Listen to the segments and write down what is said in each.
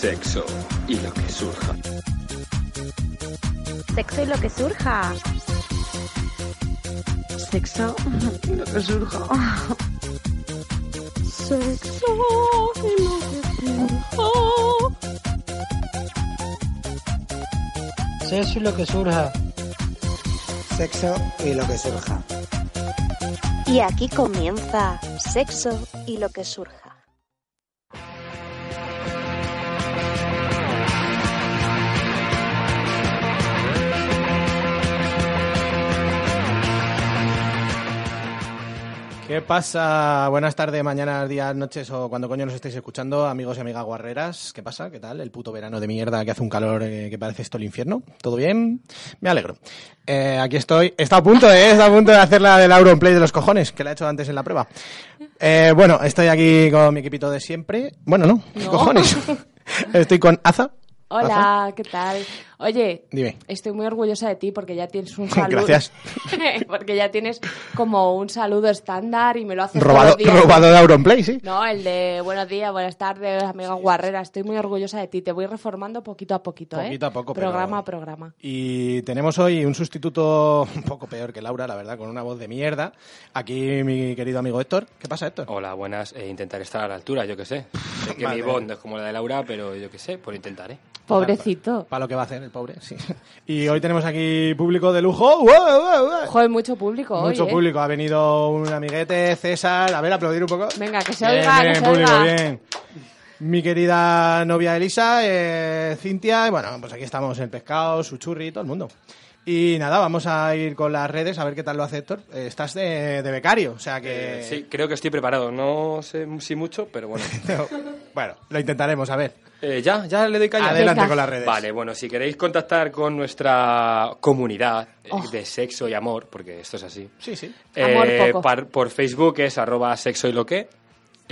Sexo y lo que surja. Sexo y lo que surja. Sexo y lo que surja. Sexo y Sexo y lo lo que surja. que surja. Sexo y lo que surja. Y aquí comienza Sexo y lo que surja. ¿Qué pasa? Buenas tardes, mañanas, días, noches o cuando coño nos estéis escuchando, amigos y amigas guerreras. ¿Qué pasa? ¿Qué tal? El puto verano de mierda que hace un calor eh, que parece esto el infierno. ¿Todo bien? Me alegro. Eh, aquí estoy. Está a punto, ¿eh? Está a punto de hacer la del Auronplay de los cojones, que la he hecho antes en la prueba. Eh, bueno, estoy aquí con mi equipito de siempre. Bueno, no. ¿Qué No. cojones? estoy con Aza. Hola, ¿qué tal? Oye, Dime. estoy muy orgullosa de ti porque ya tienes un saludo. Gracias. porque ya tienes como un saludo estándar y me lo haces Robado, todos los días. robado de Auronplay, sí. No, el de buenos días, buenas tardes, amiga guarrera. Estoy muy orgullosa de ti. Te voy reformando poquito a poquito, ¿eh? Poquito a poco, pero- Programa a programa. Y tenemos hoy un sustituto un poco peor que Laura, la verdad, con una voz de mierda. Aquí mi querido amigo Héctor. ¿Qué pasa, Héctor? Hola, buenas. Eh, intentar estar a la altura, yo que sé. Sé que Madre. mi bond es como la de Laura, pero yo que sé, por intentar, ¿eh? Pobrecito. Para lo que va a hacer el pobre, sí. Y hoy tenemos aquí público de lujo. ¡Wow, wow, wow! Joder, mucho público hoy, Mucho ¿eh? público. Ha venido un amiguete, César. A ver, aplaudir un poco. Venga, que se Bien, oiga, bien, que se público, oiga. bien. Mi querida novia Elisa, eh, Cintia, y bueno, pues aquí estamos el pescado, su churri, todo el mundo. Y nada, vamos a ir con las redes a ver qué tal lo hace Héctor. Eh, estás de, de becario, o sea que... Eh, sí, creo que estoy preparado. No sé si mucho, pero bueno. bueno, lo intentaremos, a ver. Eh, ya, ya le doy caña. Adelante Venga. con las redes. Vale, bueno, si queréis contactar con nuestra comunidad eh, Oh. de sexo y amor, porque esto es así. eh, Sí, sí. Amor poco. par- por Facebook es arroba sexo y lo que.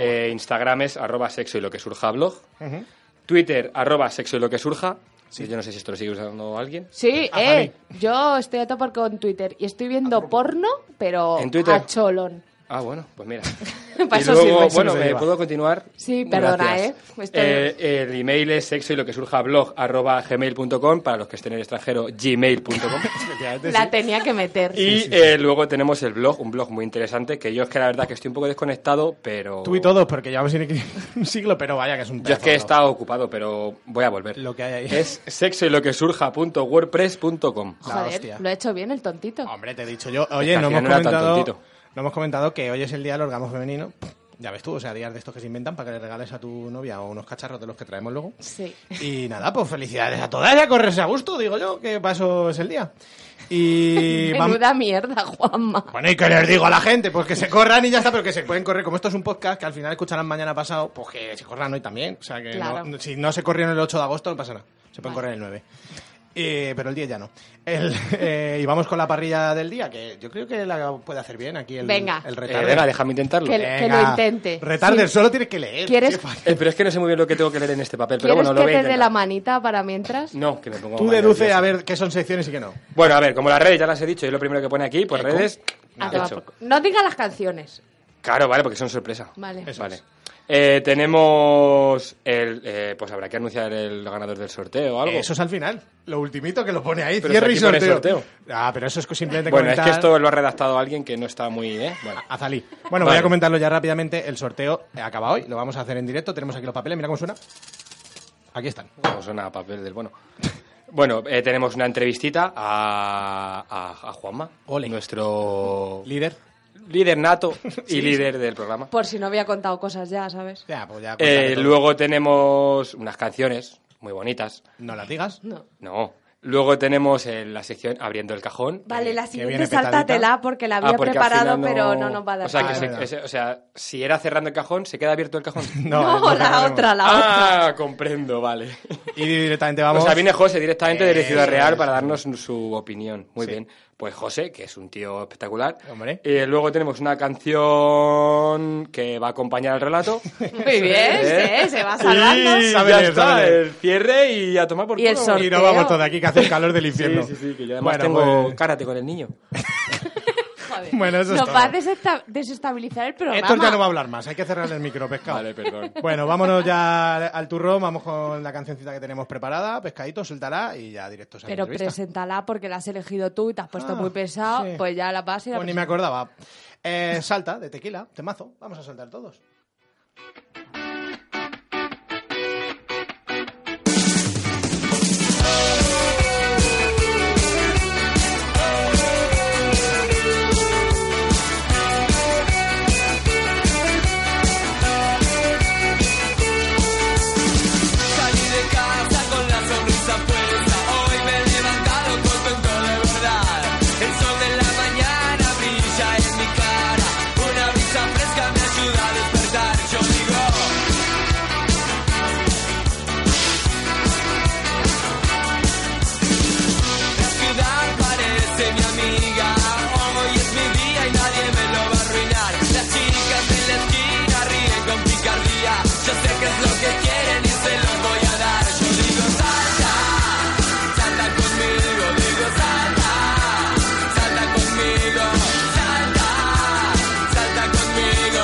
eh, Instagram es arroba sexo y lo que surja blog. Ujú. Twitter arroba sexo y lo que surja. Yo no sé si esto lo sigue usando alguien. Sí, Ah, eh. Yo estoy a tope con Twitter y estoy viendo porno, pero ¿En Twitter? a cholón. Ah, bueno, pues mira. Para y eso luego, sirve, eso bueno, se ¿me lleva. puedo continuar? Sí, perdona, Gracias. ¿eh? Estoy- Eh, El email es sexo y lo que surja blog arroba gmail.com para los que estén en el extranjero gmail.com. La tenía que meter. Y eh, luego tenemos el blog, un blog muy interesante, que yo es que la verdad que estoy un poco desconectado, pero... Tú y todos, Oh. porque llevamos sin equi- un siglo, pero vaya que es un Yo es que he pedazo. estado ocupado, pero voy a volver. Lo que hay ahí. Es sexo y lo que surja.wordpress.com. la hostia. Joder, lo he hecho bien el tontito. Hombre, te he dicho yo. Oye, al no hemos, final no era tan comentado, tontito. no hemos comentado que hoy es el día del orgasmo femenino. Ya ves tú, o sea, días de estos que se inventan para que le regales a tu novia o unos cacharros de los que traemos luego. Sí. Y nada, pues felicidades a todas y a correrse a gusto, digo yo, que paso es el día. Y vam- Menuda mierda, Juanma. Bueno, ¿y qué les digo a la gente? Pues que se corran y ya está, pero que se pueden correr. Como esto es un podcast que al final escucharán mañana pasado, pues que se corran hoy también. O sea, que Claro. no- si no se corrieron el 8 de agosto, no pasa nada. Se pueden Vale. correr el 9. Eh, pero el 10 ya no. El, eh, y vamos con la parrilla del día, que yo creo que la puede hacer bien aquí el, Venga. el Eh, retarder. venga, déjame intentarlo. Que el- que lo Venga, intente. Retarder, Sí. solo tienes que leer. ¿Quieres- Qué fácil. Eh, pero es que no sé muy bien lo que tengo que leer en este papel, pero ¿Quieres bueno, lo que voy a te dé la intentar. manita para mientras? Mm, No, que me pongo Tú más deduce nervioso. a ver qué son secciones y qué no. Bueno, a ver, como las redes ya las he dicho, y lo primero que pone aquí, pues Eco. redes... A hecho. tomar por cu- No digas las canciones. Claro, vale, porque son sorpresa. Vale. Eso Vale. es. Eh, tenemos el... eh, pues habrá que anunciar el ganador del sorteo o algo. Eso es al final. Lo ultimito que lo pone ahí, Pero cierre si y aquí pone sorteo. sorteo. Ah, pero eso es simplemente Bueno, es comentar... que esto lo ha redactado alguien que no está muy... ¿eh? Bueno. Azalí. Bueno, voy Vale. a comentarlo ya rápidamente. El sorteo acaba hoy, lo vamos a hacer en directo. Tenemos aquí los papeles, mira cómo suena. Aquí están. Como suena a papel del bueno. Bueno, eh, tenemos una entrevistita a, a, a Juanma, Ole. nuestro Líder. líder nato y líder Pues del programa. Por si no había contado cosas ya, ¿sabes? Ya, pues ya. Eh, cuéntame todo. luego tenemos unas canciones muy bonitas. No las digas. No. No, Luego tenemos eh, la sección abriendo el cajón. Vale, la viene siguiente petadita. sáltatela porque la había Ah, porque al preparado, final no- pero no nos va a dar O sea, que tiempo. Ah, se- es verdad. ese- o sea, si era cerrando el cajón, ¿se queda abierto el cajón? No, entonces la vemos. otra, la otra. ah, comprendo, vale. Y directamente vamos. O sea, viene José directamente de Ciudad Eso Real es. para darnos su opinión. Muy Sí. bien. Pues José, que es un tío espectacular. Hombre. Eh, luego tenemos una canción que va a acompañar al relato. Ah, Muy bien, ¿Eh? sí, se va salvando. Y Sabe ya leer, está, sabe leer. el cierre y a tomar por Y el culo. sorteo. Y no vamos todos de aquí, que hace un calor del Sí, infierno. sí, sí, que yo además Bueno, tengo pues- karate con el niño. Joder. Bueno, eso es Nos todo. va a desesta- desestabilizar el programa. Héctor ya no va a hablar más, hay que cerrar el micro, pescado. Vale, perdón. Bueno, vámonos ya al turrón, vamos con la cancioncita que tenemos preparada, pescadito, suéltala y ya directos a la Pero entrevista. preséntala porque la has elegido tú y te has puesto Ah, muy pesado. sí. Pues ya la vas y la Pues ni me acordaba. Eh, salta, de tequila, temazo, vamos a saltar todos. Salí de casa con la sonrisa puesta, hoy me he levantado contento de verdad. El sol de la mañana brilla en mi cara, una brisa fresca me ayuda a despertar. Yo digo, la ciudad parece mi amiga, hoy es mi día y nadie me lo va a arruinar. Las chicas en la esquina ríen con picardía, yo sé que es lo que quieren y se los voy a dar. Yo digo, salta, salta conmigo, digo, salta, salta conmigo, salta, salta conmigo.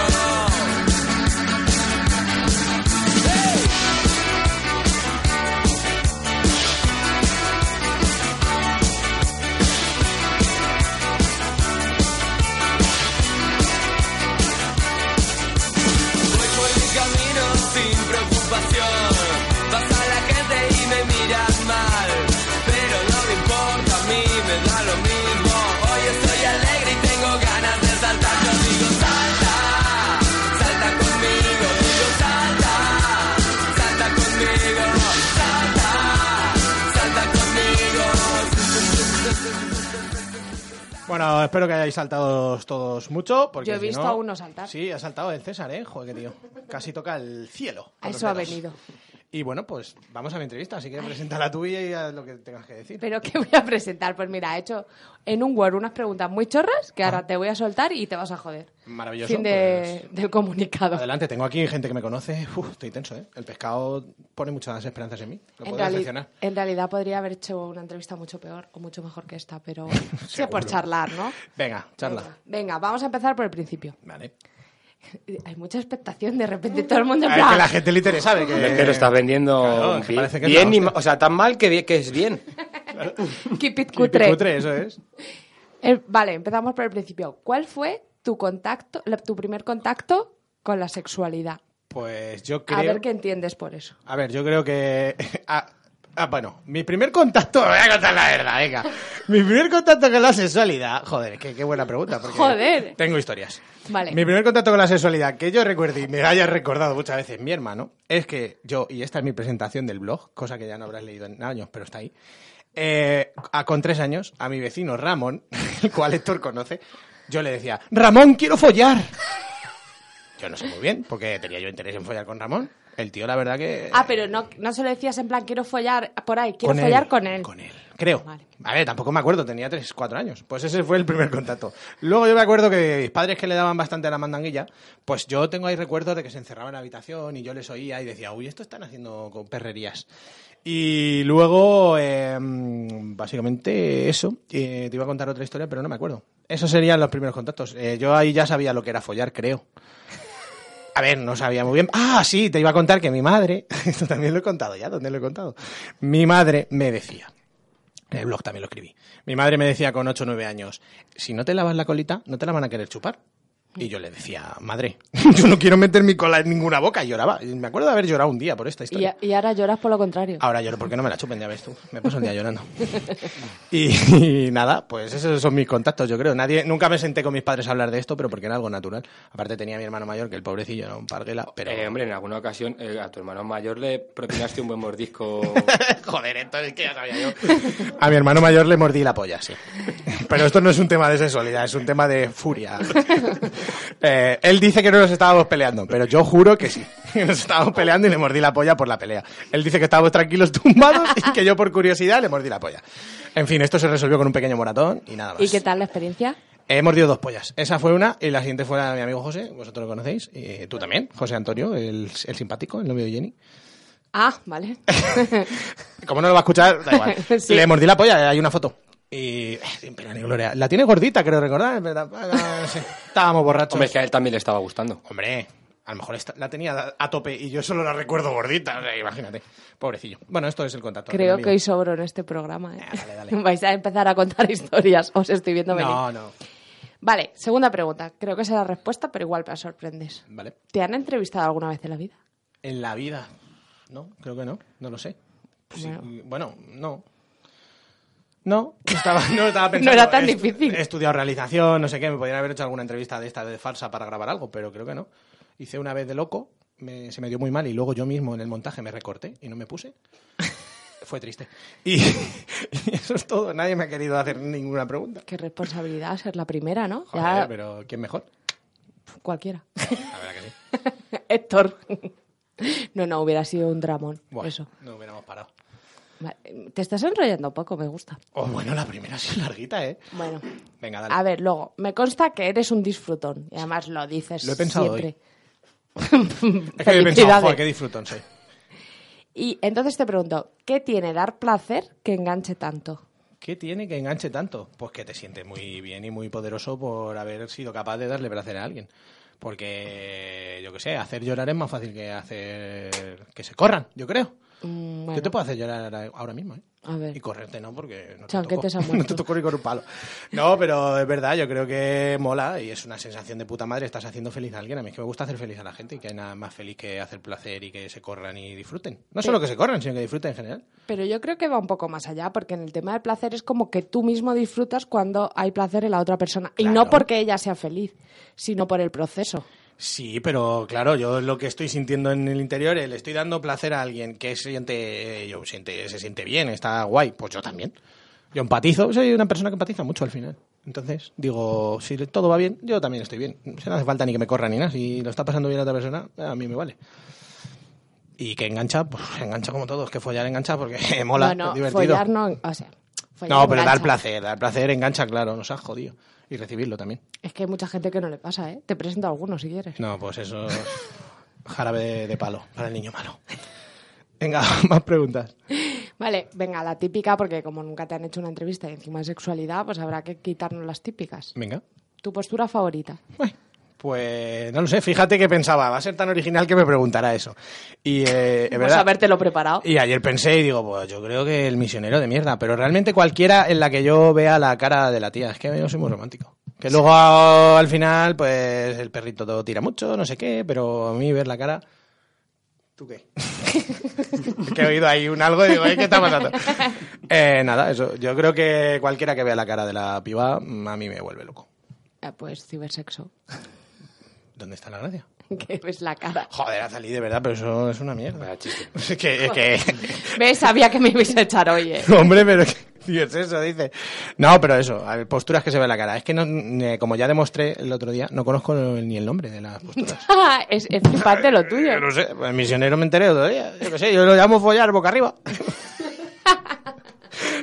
Voy por mi camino sin preocupación. Pasa la gente y me miran mal. Pero no me importa, a mí me da lo mismo. Hoy estoy alegre y tengo ganas de saltar. Yo digo, salta, salta conmigo. Digo, salta, salta conmigo. Salta, salta conmigo. Bueno, espero que hayáis saltado todos mucho. Porque Yo he si visto no- a uno saltar. Sí, ha saltado el César, ¿eh? Joder, qué tío. Casi toca el cielo. A con los eso ha dedos. venido. Y bueno, pues vamos a la entrevista, así que presenta la tuya y haz lo que tengas que decir. Pero ¿qué voy a presentar? Pues mira, he hecho en un Word unas preguntas muy chorras que ahora te voy a soltar y te vas a joder. Ah. Maravilloso. Fin de- pues, del comunicado. Adelante, tengo aquí gente que me conoce. Uf, estoy tenso, ¿eh? El pescado pone muchas esperanzas en mí. Lo En, puedo reali- decepcionar. en realidad podría haber hecho una entrevista mucho peor o mucho mejor que esta, pero sí por Seguro. charlar, ¿no? Venga, charla. Venga, venga, vamos a empezar por el principio. Vale. Hay mucha expectación, de repente todo el mundo... en A ver, que plan, la gente le interesa, ¿sabe? Hombre, es que lo estás vendiendo pues. Claro, es que bien, parece que es bien la y hostia. ma- o sea, tan mal que, bien- que es bien. Keep it Cutre. cutre. Cutre, eso es. Eh, vale, empezamos por el principio. ¿Cuál fue tu contacto, la- tu primer contacto con la sexualidad? Pues yo creo... A ver qué entiendes por eso. A ver, yo creo que. Ah, ah, bueno, mi primer contacto. Voy a contar la verdad, venga. Mi primer contacto con la sexualidad. Joder, qué, qué buena pregunta. porque Joder. Tengo historias. Vale. Mi primer contacto con la sexualidad, que yo recuerde y me haya recordado muchas veces mi hermano, es que yo, y esta es mi presentación del blog, cosa que ya no habrás leído en años, pero está ahí. eh, a, con tres años, a mi vecino Ramón, el cual Héctor conoce, yo le decía: Ramón, quiero follar. Yo no sé muy bien, porque tenía yo interés en follar con Ramón. El tío, la verdad que. Ah, pero no, no se lo decías en plan, quiero follar por ahí, quiero Con follar con él. Con él, creo. Vale. A ver, tampoco me acuerdo, tenía 3, 4 años. Pues ese fue el primer contacto. Luego yo me acuerdo que mis padres que le daban bastante a la mandanguilla, pues yo tengo ahí recuerdos de que se encerraban en la habitación y yo les oía y decía, uy, esto están haciendo con perrerías. Y luego, eh, básicamente eso. Eh, te iba a contar otra historia, pero no me acuerdo. Esos serían los primeros contactos. Eh, yo ahí ya sabía lo que era follar, creo. A ver, no sabía muy bien. Ah, sí, te iba a contar que mi madre, esto también lo he contado ya, ¿dónde lo he contado? Mi madre me decía, en el blog también lo escribí, mi madre me decía con 8 o 9 años, si no te lavas la colita, no te la van a querer chupar. Y yo le decía, madre, yo no quiero meter mi cola en ninguna boca. Y lloraba. Y me acuerdo de haber llorado un día por esta Y, historia. a- y ahora lloras por lo contrario. Ahora lloro porque no me la chupen, ya ves tú. Me paso el día llorando. Y, y nada, pues esos son mis contactos, yo creo. Nadie, nunca me senté con mis padres a hablar de esto, pero porque era algo natural. Aparte tenía a mi hermano mayor, que el pobrecillo era un parguela, pero... Eh, hombre, en alguna ocasión eh, a tu hermano mayor le propinaste un buen mordisco. Joder, entonces que ya sabía yo. A mi hermano mayor le mordí la polla, sí. Pero esto no es un tema de sexualidad, es un tema de furia. Eh, él dice que no nos estábamos peleando, pero yo juro que sí. que Nos estábamos peleando y le mordí la polla por la pelea. Él dice que estábamos tranquilos tumbados y que yo por curiosidad le mordí la polla. En fin, esto se resolvió con un pequeño moratón y nada más. ¿Y qué tal la experiencia? He mordido dos pollas. Esa fue una y la siguiente fue la de mi amigo José, vosotros lo conocéis, y tú también, José Antonio, el, el simpático, el novio de Jenny. Ah, vale. Pues Como no lo va a escuchar, da igual. Sí. Le mordí la polla, eh, hay una foto. Y eh, sin pena ni gloria. La tiene gordita, creo recordar. pero, ah, no sé. Estábamos borrachos. Hombre, es que a él también le estaba gustando. Hombre, a lo mejor esta- la tenía a tope y yo solo la recuerdo gordita. o sea, imagínate. Pobrecillo. Bueno, esto es el contacto. Creo me que lío. hoy sobro en este programa. ¿eh? Ah, dale, dale. Vais a empezar a contar historias, os estoy viendo venir. No, no. Vale, segunda pregunta. Creo que esa es la respuesta, pero igual me sorprendes. Vale. ¿Te han entrevistado alguna vez en la vida? En la vida. No, creo que no. No lo sé. Pues Sí, Bueno. y- bueno, no. No, estaba, no estaba pensando. No era tan He estu- difícil. He estudiado realización, no sé qué. Me podrían haber hecho alguna entrevista de esta de farsa para grabar algo, pero creo que no. Hice una vez de loco, me- se me dio muy mal y luego yo mismo en el montaje me recorté y no me puse. Fue triste. Y, y eso es todo. Nadie me ha querido hacer ninguna pregunta. Qué responsabilidad ser la primera, ¿no? Joder, ya pero ¿quién mejor? cualquiera. La verdad que sí. Héctor. no, no, hubiera sido un dramón. Buah, Eso. No hubiéramos parado. Vale, Te estás enrollando un poco, me gusta. Oh, bueno, la primera sí es larguita, ¿eh? Bueno, Venga, dale. a ver, luego, me consta que eres un disfrutón y además lo dices Lo he pensado siempre. es que he pensado, Felicidades. joder, qué disfrutón soy. Y entonces te pregunto, ¿qué tiene dar placer que enganche tanto? ¿Qué tiene que enganche tanto? Pues que te sientes muy bien y muy poderoso por haber sido capaz de darle placer a alguien. Porque, yo qué sé, hacer llorar es más fácil que hacer que se corran, yo creo. Mm, Yo bueno, te puedo hacer llorar ahora- ahora mismo, ¿eh? A ver. Y correrte no, porque no te, Chanquetes tocó. a muerte. no te tocó ni con un palo. No, pero es verdad, yo creo que mola y es una sensación de puta madre. Estás haciendo feliz a alguien. A mí es que me gusta hacer feliz a la gente y que hay nada más feliz que hacer placer y que se corran y disfruten. No solo que se corran, sino que disfruten en general. Pero yo creo que va un poco más allá, porque en el tema del placer es como que tú mismo disfrutas cuando hay placer en la otra persona. Y no Claro. porque ella sea feliz, sino por el proceso. Sí, pero claro, yo lo que estoy sintiendo en el interior, eh, le estoy dando placer a alguien que se siente, eh, yo siente, se siente bien, está guay, pues yo también. Yo empatizo, soy una persona que empatiza mucho al final. Entonces, digo, si todo va bien, yo también estoy bien. O sea, no hace falta ni que me corra ni nada. Si lo está pasando bien la otra persona, a mí me vale. Y que engancha, pues engancha como todos, que follar engancha porque mola, no, no, es divertido. follar no, o sea, follar No, pero engancha. dar placer, dar placer engancha, claro, nos has jodido. Y recibirlo también. Es que hay mucha gente que no le pasa, ¿eh? Te presento algunos si quieres. No, pues eso. es Jarabe de, de palo para el niño malo. Venga, más preguntas. Vale, venga, la típica, porque como nunca te han hecho una entrevista y encima de sexualidad, pues habrá que quitarnos las típicas. Venga. ¿Tu postura favorita? Bueno, Pues no lo sé, fíjate que pensaba, va a ser tan original que me preguntará eso. Y eh, es Pues verdad. habértelo preparado. Y ayer pensé y digo, pues yo creo que el misionero de mierda, pero realmente cualquiera en la que yo vea la cara de la tía, es que yo soy muy romántico. Que luego a- al final, pues el perrito todo tira mucho, no sé qué, pero a mí ver la cara... ¿Tú qué? Es que he oído ahí un algo y digo, "Eh, ¿qué está pasando? Eh, nada, eso. Yo creo que cualquiera que vea la cara de la piba, mm, a mí me vuelve loco. Ah, pues cibersexo, ¿Dónde está la gracia? que ves la cara. Joder, ha salido de verdad, pero eso es una mierda. Vaya chiste. Es que, es que ¿Ves? Sabía que me ibais a echar hoy, ¿eh? Hombre, pero ¿qué dices eso? Dice. No, pero eso, a ver, posturas que se ve en la cara. Es que, no, eh, como ya demostré el otro día, no conozco ni el nombre de las posturas. es, es flipante lo tuyo. Yo no sé, el misionero me enteré otro día. Yo qué sé, yo lo llamo follar boca arriba.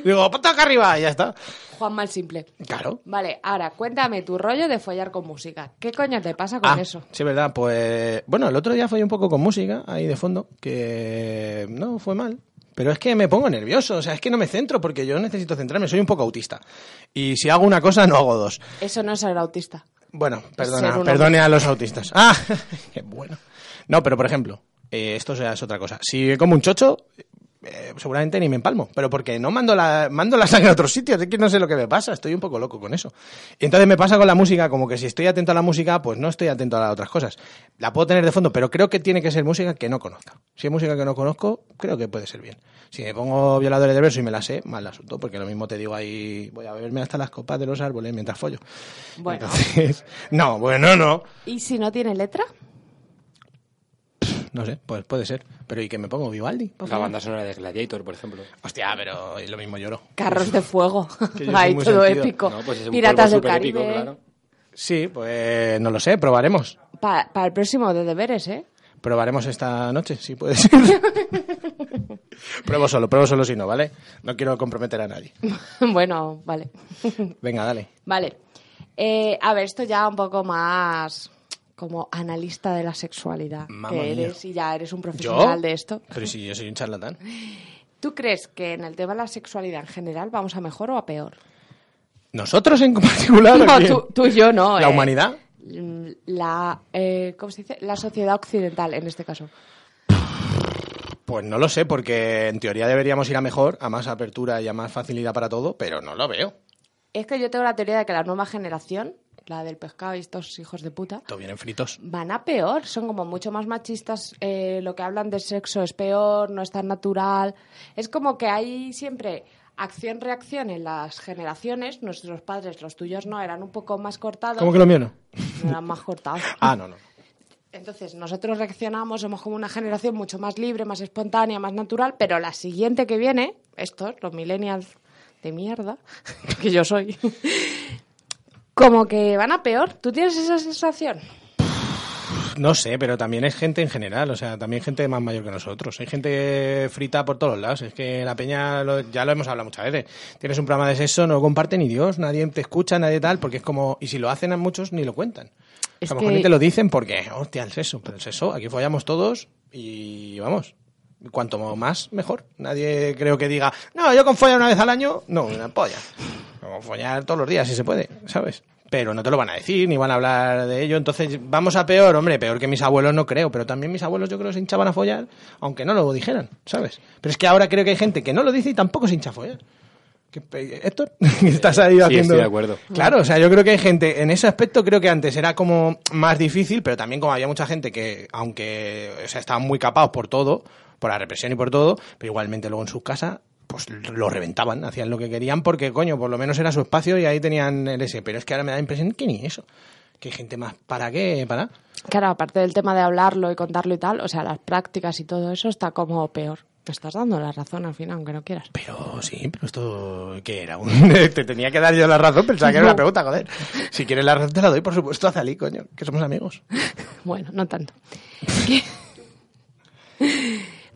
Digo, pata acá arriba, y ya está. Juan Mal Simple. Claro. Vale, ahora cuéntame tu rollo de follar con música. ¿Qué coño te pasa con Ah, eso? Sí, verdad. Pues bueno, el otro día fue un poco con música ahí de fondo, que no fue mal. Pero es que me pongo nervioso, o sea, es que no me centro porque yo necesito centrarme, soy un poco autista. Y si hago una cosa, no hago dos. Eso no es ser autista. Bueno, Ser perdona, un perdone a los autistas. Ah, qué bueno. No, pero por ejemplo, eh, esto ya es otra cosa. Si como un chocho, eh, seguramente ni me empalmo, pero porque no mando la, mando la sangre a otros sitios, es que no sé lo que me pasa, estoy un poco loco con eso. Y entonces me pasa con la música, como que si estoy atento a la música, pues no estoy atento a las otras cosas. La puedo tener de fondo, pero creo que tiene que ser música que no conozca. Si es música que no conozco, creo que puede ser bien. Si me pongo violadores de verso y me la sé, mal asunto, porque lo mismo te digo ahí, voy a beberme hasta las copas de los árboles mientras follo. Bueno. Entonces, no, bueno, no. ¿Y si no tiene letra? No sé, pues puede ser. Pero ¿y que me pongo Vivaldi? Pues por La favor? banda sonora de Gladiator, por ejemplo. Hostia, pero lo mismo lloro. Carros de fuego. Que yo soy Ahí muy todo sentido. épico. No, pues es un Piratas del polvo superépico, Caribe. claro. Sí, pues no lo sé, probaremos. Pa- para el próximo de deberes, ¿eh? Probaremos esta noche, sí puede ser. pruebo solo, pruebo solo si no, ¿vale? No quiero comprometer a nadie. bueno, vale. Venga, dale. vale. Eh, a ver, esto ya un poco más como analista de la sexualidad Mamma que mía. eres y ya eres un ¿Yo? profesional de esto. Pero si yo soy un charlatán. ¿Tú crees que en el tema de la sexualidad en general vamos a mejor o a peor? ¿Nosotros en particular? o no, quién? tú, tú y yo no. ¿La eh. humanidad? Mm, La, eh, ¿cómo se dice? La sociedad occidental, en este caso. Pues no lo sé, porque en teoría deberíamos ir a mejor, a más apertura y a más facilidad para todo, pero no lo veo. Es que yo tengo la teoría de que la nueva generación, la del pescado y estos hijos de puta, Todo vienen fritos. van a peor, son como mucho más machistas, eh, lo que hablan de sexo es peor, no es tan natural. Es como que hay siempre acción-reacción en las generaciones, nuestros padres, los tuyos no, eran un poco más cortados, ¿Cómo que lo mío no? No eran más cortados. Ah, no, no. Entonces, nosotros reaccionamos, somos como una generación mucho más libre, más espontánea, más natural, pero la siguiente que viene, estos, los millennials de mierda, que yo soy, como que van a peor. ¿Tú tienes esa sensación? No sé, pero también es gente en general, o sea, también gente más mayor que nosotros. Hay gente frita por todos lados. Es que la peña, lo- ya lo hemos hablado muchas veces. Tienes un programa de sexo, no lo comparte ni Dios, nadie te escucha, nadie tal, porque es como, y si lo hacen a muchos, ni lo cuentan. Es a lo mejor que- ni te lo dicen porque, hostia, el sexo, pero el sexo, aquí follamos todos y vamos. Cuanto más, mejor. Nadie creo que diga, no, yo con follar una vez al año, no, una polla. Como follar todos los días, si se puede, ¿sabes? Pero no te lo van a decir, ni van a hablar de ello. Entonces, vamos a peor, hombre, peor que mis abuelos no creo, pero también mis abuelos yo creo que se hinchaban a follar, aunque no lo dijeran, ¿sabes? Pero es que ahora creo que hay gente que no lo dice y tampoco se hincha a follar. ¿Qué pe- eh, Héctor, estás ahí Sí, haciendo... estoy de acuerdo. Claro, o sea, yo creo que hay gente, en ese aspecto creo que antes era como más difícil, pero también como había mucha gente que, aunque o sea, estaban muy capados por todo, por la represión y por todo, pero igualmente luego en sus casas pues lo reventaban, hacían lo que querían porque, coño, por lo menos era su espacio y ahí tenían el ese. Pero es que ahora me da la impresión que ni eso. Que hay gente más, ¿para qué? ¿Para? Claro, aparte del tema de hablarlo y contarlo y tal, o sea, las prácticas y todo eso está como peor. Te estás dando la razón al final, aunque no quieras. Pero sí, pero esto, ¿qué era? Un- te tenía que dar yo la razón, pensaba que era una pregunta, joder. Si quieres la razón te la doy, por supuesto, a Zalí, coño, que somos amigos. Bueno, no tanto. Que-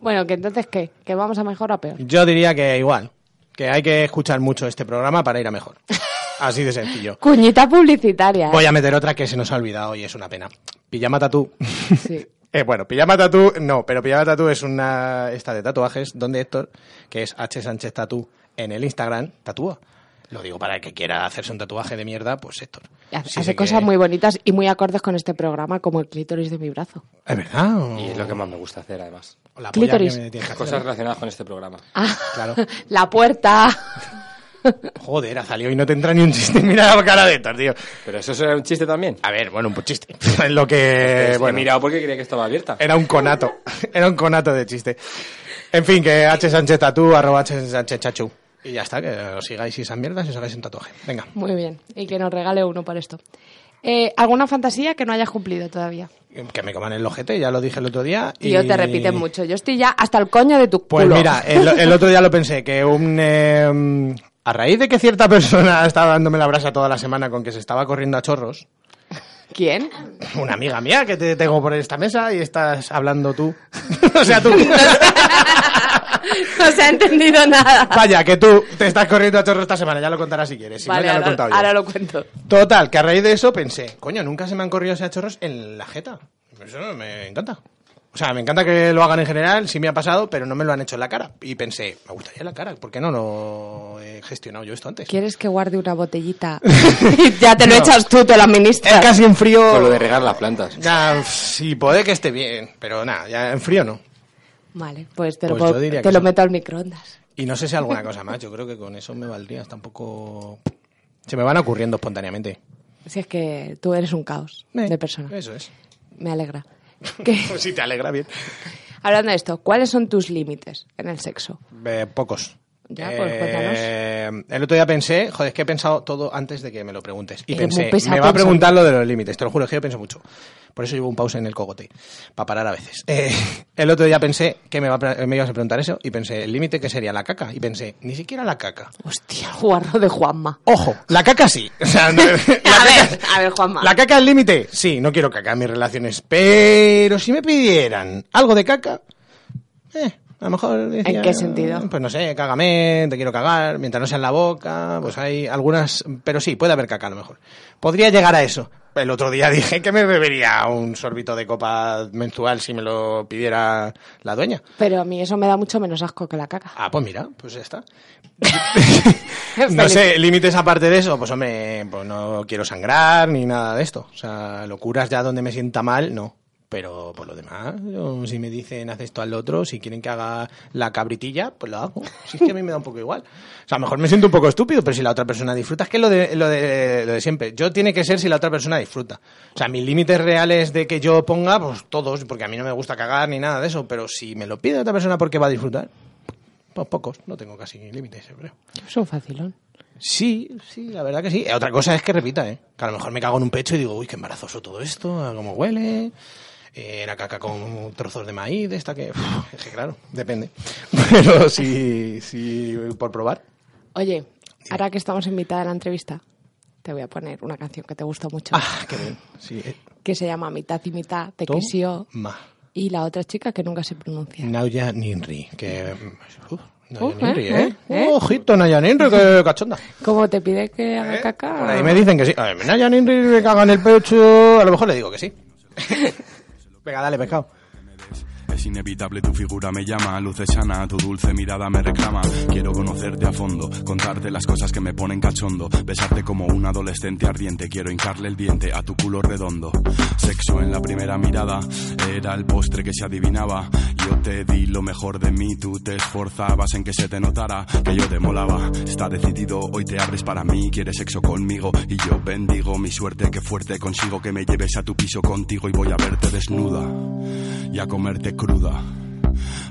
bueno, que entonces, ¿qué? ¿Que vamos a mejor o a peor? Yo diría que igual, que hay que escuchar mucho este programa para ir a mejor. Así de sencillo. Cuñita publicitaria. ¿eh? Voy a meter otra que se nos ha olvidado y es una pena. Pijama Tatú. Sí. Eh, bueno, Pijama Tatú no, pero Pijama Tatú es una esta de tatuajes donde Héctor, que es H Sánchez Tatú en el Instagram, tatúa. Lo digo para el que quiera hacerse un tatuaje de mierda, pues Héctor. Hace, Sí hace sé cosas que- muy bonitas y muy acordes con este programa, como el clítoris de mi brazo. Es verdad. o- Y es lo que más me gusta hacer, además. o la polla que Clítoris. me tienes que hacer. Cosas relacionadas con este programa. Ah, Claro. La puerta. Joder, ha salido y no te entra ni un chiste. Mira la cara de Héctor, tío. Pero eso era un chiste también. A ver, bueno, un chiste. Es lo que. He Eh, bueno. Eh, mirado porque creía que estaba abierta. Era un conato. Era un conato de chiste. En fin, que H Sánchez Tatú, arroba H Sánchez Chachu. Y ya está, que os sigáis y esas mierdas y os hagáis un tatuaje. Venga. Muy bien. Y que nos regale uno por esto. Eh, ¿Alguna fantasía que no hayas cumplido todavía? Que me coman el ojete, ya lo dije el otro día. Tío, y- te repiten mucho. Yo estoy ya hasta el coño de tu Pues culo. mira, el, el otro día lo pensé, que un... eh, a raíz de que cierta persona estaba dándome la brasa toda la semana con que se estaba corriendo a chorros, ¿Quién? una amiga mía que te tengo por esta mesa y estás hablando tú. o sea, tú... no se ha entendido nada. Vaya, que tú te estás corriendo a chorros esta semana, ya lo contarás si quieres. Si no, vale, ya lo he ahora, contado yo. ahora lo cuento. Total, que a raíz de eso pensé, coño, nunca se me han corrido ese chorros en la jeta. Eso me encanta. O sea, me encanta que lo hagan en general, sí me ha pasado, pero no me lo han hecho en la cara. Y pensé, me gustaría en la cara, ¿por qué no lo he gestionado yo esto antes? ¿Quieres que guarde una botellita? ya te lo No. echas tú, te lo Es administras. casi en frío. Con lo de regar las plantas. Ya, pf, sí, puede que esté bien, pero nada, ya en frío no. Vale, pues te lo, Pues puedo- yo diría te que lo sí. meto al microondas. Y no sé si alguna cosa más, yo creo que con eso me valdría, está un poco... Se me van ocurriendo espontáneamente. Si es que tú eres un caos Eh, de persona. Eso es. Pues Me alegra. Que- si te alegra, bien. hablando de esto, ¿cuáles son tus límites en el sexo? Eh, pocos. Eh, Ya, pues, cuéntanos. el otro día pensé, joder, es que he pensado todo antes de que me lo preguntes. Y Eres muy pensé, pesado me va a pensando. preguntar lo de los límites, te lo juro, es que yo pienso mucho. Por eso llevo un pause en el cogote, para parar a veces. Eh, el otro día pensé que me, va a pre- me ibas a preguntar eso, y pensé, el límite que sería la caca. Y pensé, ni siquiera la caca. Hostia, guarro de Juanma. Ojo, la caca sí. O sea, no- la A caca- ver, a ver, Juanma. ¿La caca al límite? Sí, no quiero caca en mis relaciones. Pero si me pidieran algo de caca, eh, a lo mejor. decía, ¿En qué sentido? Pues no sé, cágame, te quiero cagar, mientras no sea en la boca, pues hay algunas. Pero sí, puede haber caca a lo mejor. Podría llegar a eso. El otro día dije que me bebería un sorbito de copa mensual si me lo pidiera la dueña. Pero a mí eso me da mucho menos asco que la caca. Ah, pues mira, pues ya está. no sé, límites aparte de eso, pues hombre, pues no quiero sangrar ni nada de esto. O sea, locuras ya donde me sienta mal, no. Pero por lo demás, yo, si me dicen haz esto al otro, si quieren que haga la cabritilla, pues lo hago. Si es que a mí me da un poco igual. O sea, a lo mejor me siento un poco estúpido, pero si la otra persona disfruta, es que lo de, lo de, lo de siempre. Yo tiene que ser si la otra persona disfruta. O sea, mis límites reales de que yo ponga, pues todos, porque a mí no me gusta cagar ni nada de eso. Pero si me lo pide otra persona porque va a disfrutar, pues pocos. No tengo casi límites, yo creo. Es un facilón. Sí, sí, la verdad que sí. Eh, Otra cosa es que repita, ¿eh? Que a lo mejor me cago en un pecho y digo, uy, qué embarazoso todo esto, a cómo huele. Eh, Era caca con trozos de maíz, esta que. Uf, es que claro, depende. Pero sí, sí, por probar. Oye, ahora que estamos en mitad de la entrevista, te voy a poner una canción que te gusta mucho, Ah, qué bien. Sí, eh, que se llama Mitad y Mitad, de Kesio, toma. y la otra chica que nunca se pronuncia. Nauya Ninri, que. Uf, Nauya Uf, Ninri, eh, ¿eh? eh, eh. Ojito, Nauya Ninri, que cachonda. Como te pide que haga caca? Por ahí me dicen que sí. A ver, Nauya Ninri me caga en el pecho. A lo mejor le digo que sí. Venga, dale, pescado. Es inevitable, tu figura me llama, luz de sana, tu dulce mirada me reclama. Quiero conocerte a fondo, contarte las cosas que me ponen cachondo, besarte como un adolescente ardiente. Quiero hincarle el diente a tu culo redondo. Sexo en la primera mirada era el postre que se adivinaba. Yo te di lo mejor de mí, tú te esforzabas en que se te notara que yo te molaba. Está decidido, hoy te abres para mí, quieres sexo conmigo y yo bendigo mi suerte que fuerte consigo que me lleves a tu piso contigo y voy a verte desnuda y a comerte cruda.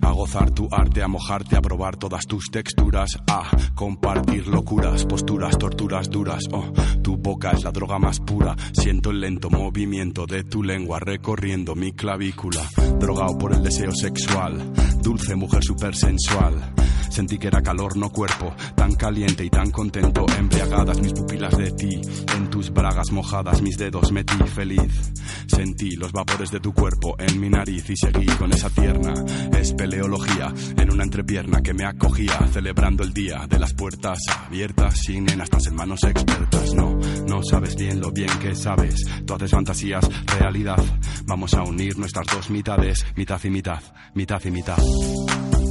A gozar tu arte, a mojarte, a probar todas tus texturas, a compartir locuras, posturas, torturas duras. Oh, tu boca es la droga más pura. Siento el lento movimiento de tu lengua recorriendo mi clavícula. Drogado por el deseo sexual, dulce mujer supersensual. Sentí que era calor, no cuerpo, tan caliente y tan contento. Embriagadas mis pupilas de ti, en tus bragas mojadas mis dedos metí feliz. Sentí los vapores de tu cuerpo en mi nariz y seguí con esa tierna espeleología en una entrepierna que me acogía, celebrando el día de las puertas abiertas. Sin nenas, tan hermanos expertas, no, no sabes bien lo bien que sabes. Tú haces fantasías, realidad. Vamos a unir nuestras dos mitades, mitad y mitad, mitad y mitad.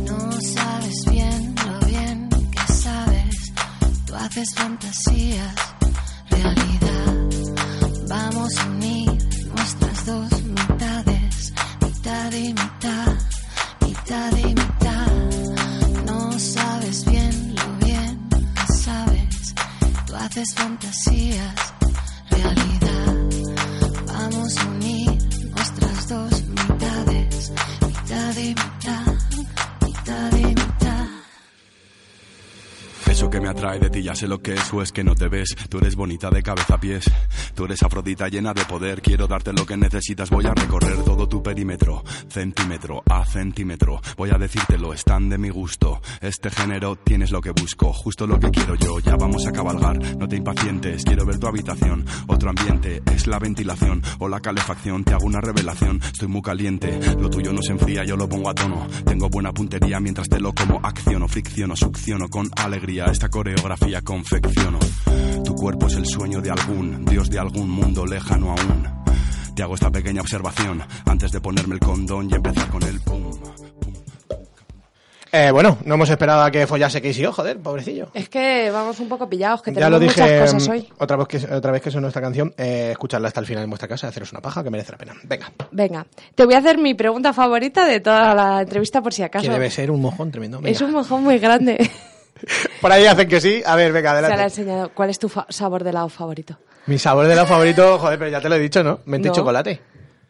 No sabes bien lo bien que sabes. Tú haces fantasías, realidad. Vamos a unir nuestras dos mitades, mitad y mitad, mitad y mitad. No sabes bien lo bien que sabes. Tú haces fantasías, realidad. Vamos a unir nuestras dos mitades, mitad y mitad, mitad y mitad. Eso que me atrae de ti ya sé lo que es o es que no te ves. Tú eres bonita de cabeza a pies. Tú eres afrodita llena de poder. Quiero darte lo que necesitas. Voy a recorrer todo tu perímetro, centímetro a centímetro. Voy a decírtelo, están de mi gusto. Este género tienes lo que busco, justo lo que quiero yo. Ya vamos a cabalgar, no te impacientes. Quiero ver tu habitación. Otro ambiente es la ventilación o la calefacción. Te hago una revelación. Estoy muy caliente. Lo tuyo no se enfría, yo lo pongo a tono. Tengo buena puntería mientras te lo como. Acciono, fricciono, succiono con alegría. Esta coreografía confecciono. Tu cuerpo es el sueño de algún dios de algún mundo lejano aún. Te hago esta pequeña observación antes de ponerme el condón y empezar con el pum. pum. Eh, bueno, no hemos esperado a que follase Casey O, joder, pobrecillo. Es que vamos un poco pillados, que Ya tenemos lo dije muchas cosas hoy. mm, otra vez que otra vez que sonó esta canción, eh, escucharla hasta el final en vuestra casa, haceros una paja que merece la pena. Venga, Venga, te voy a hacer mi pregunta favorita de toda la entrevista por si acaso. que debe ser un mojón tremendo. Venga. es un mojón muy grande. Por ahí hacen que sí. A ver, venga, Se la he adelante. enseñado. ¿Cuál es tu fa- sabor de helado favorito? Mi sabor de helado favorito, joder, pero ya te lo he dicho, ¿no? Mente No. y chocolate.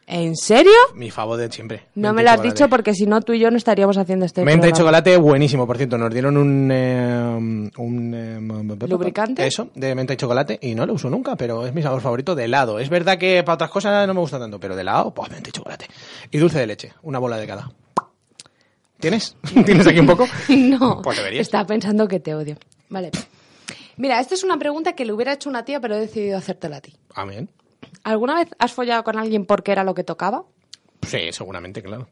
¿En serio? Mi favor de siempre. Mente No me y lo has chocolate. dicho porque si no tú y yo no estaríamos haciendo este Menta y programa. chocolate, buenísimo, por cierto. Nos dieron un. eh, un eh, ¿Lubricante? Eso, de menta y chocolate. Y no lo uso nunca, pero es mi sabor favorito de helado. Es verdad que para otras cosas no me gusta tanto, pero de helado, pues menta y chocolate. Y dulce de leche, una bola de cada. ¿Tienes? ¿Tienes aquí un poco? No, Pues deberías. estaba pensando que te odio. Vale. Mira, esta es una pregunta que le hubiera hecho una tía, pero he decidido hacértela a ti. Amén. ¿Alguna vez has follado con alguien porque era lo que tocaba? Sí, seguramente, claro.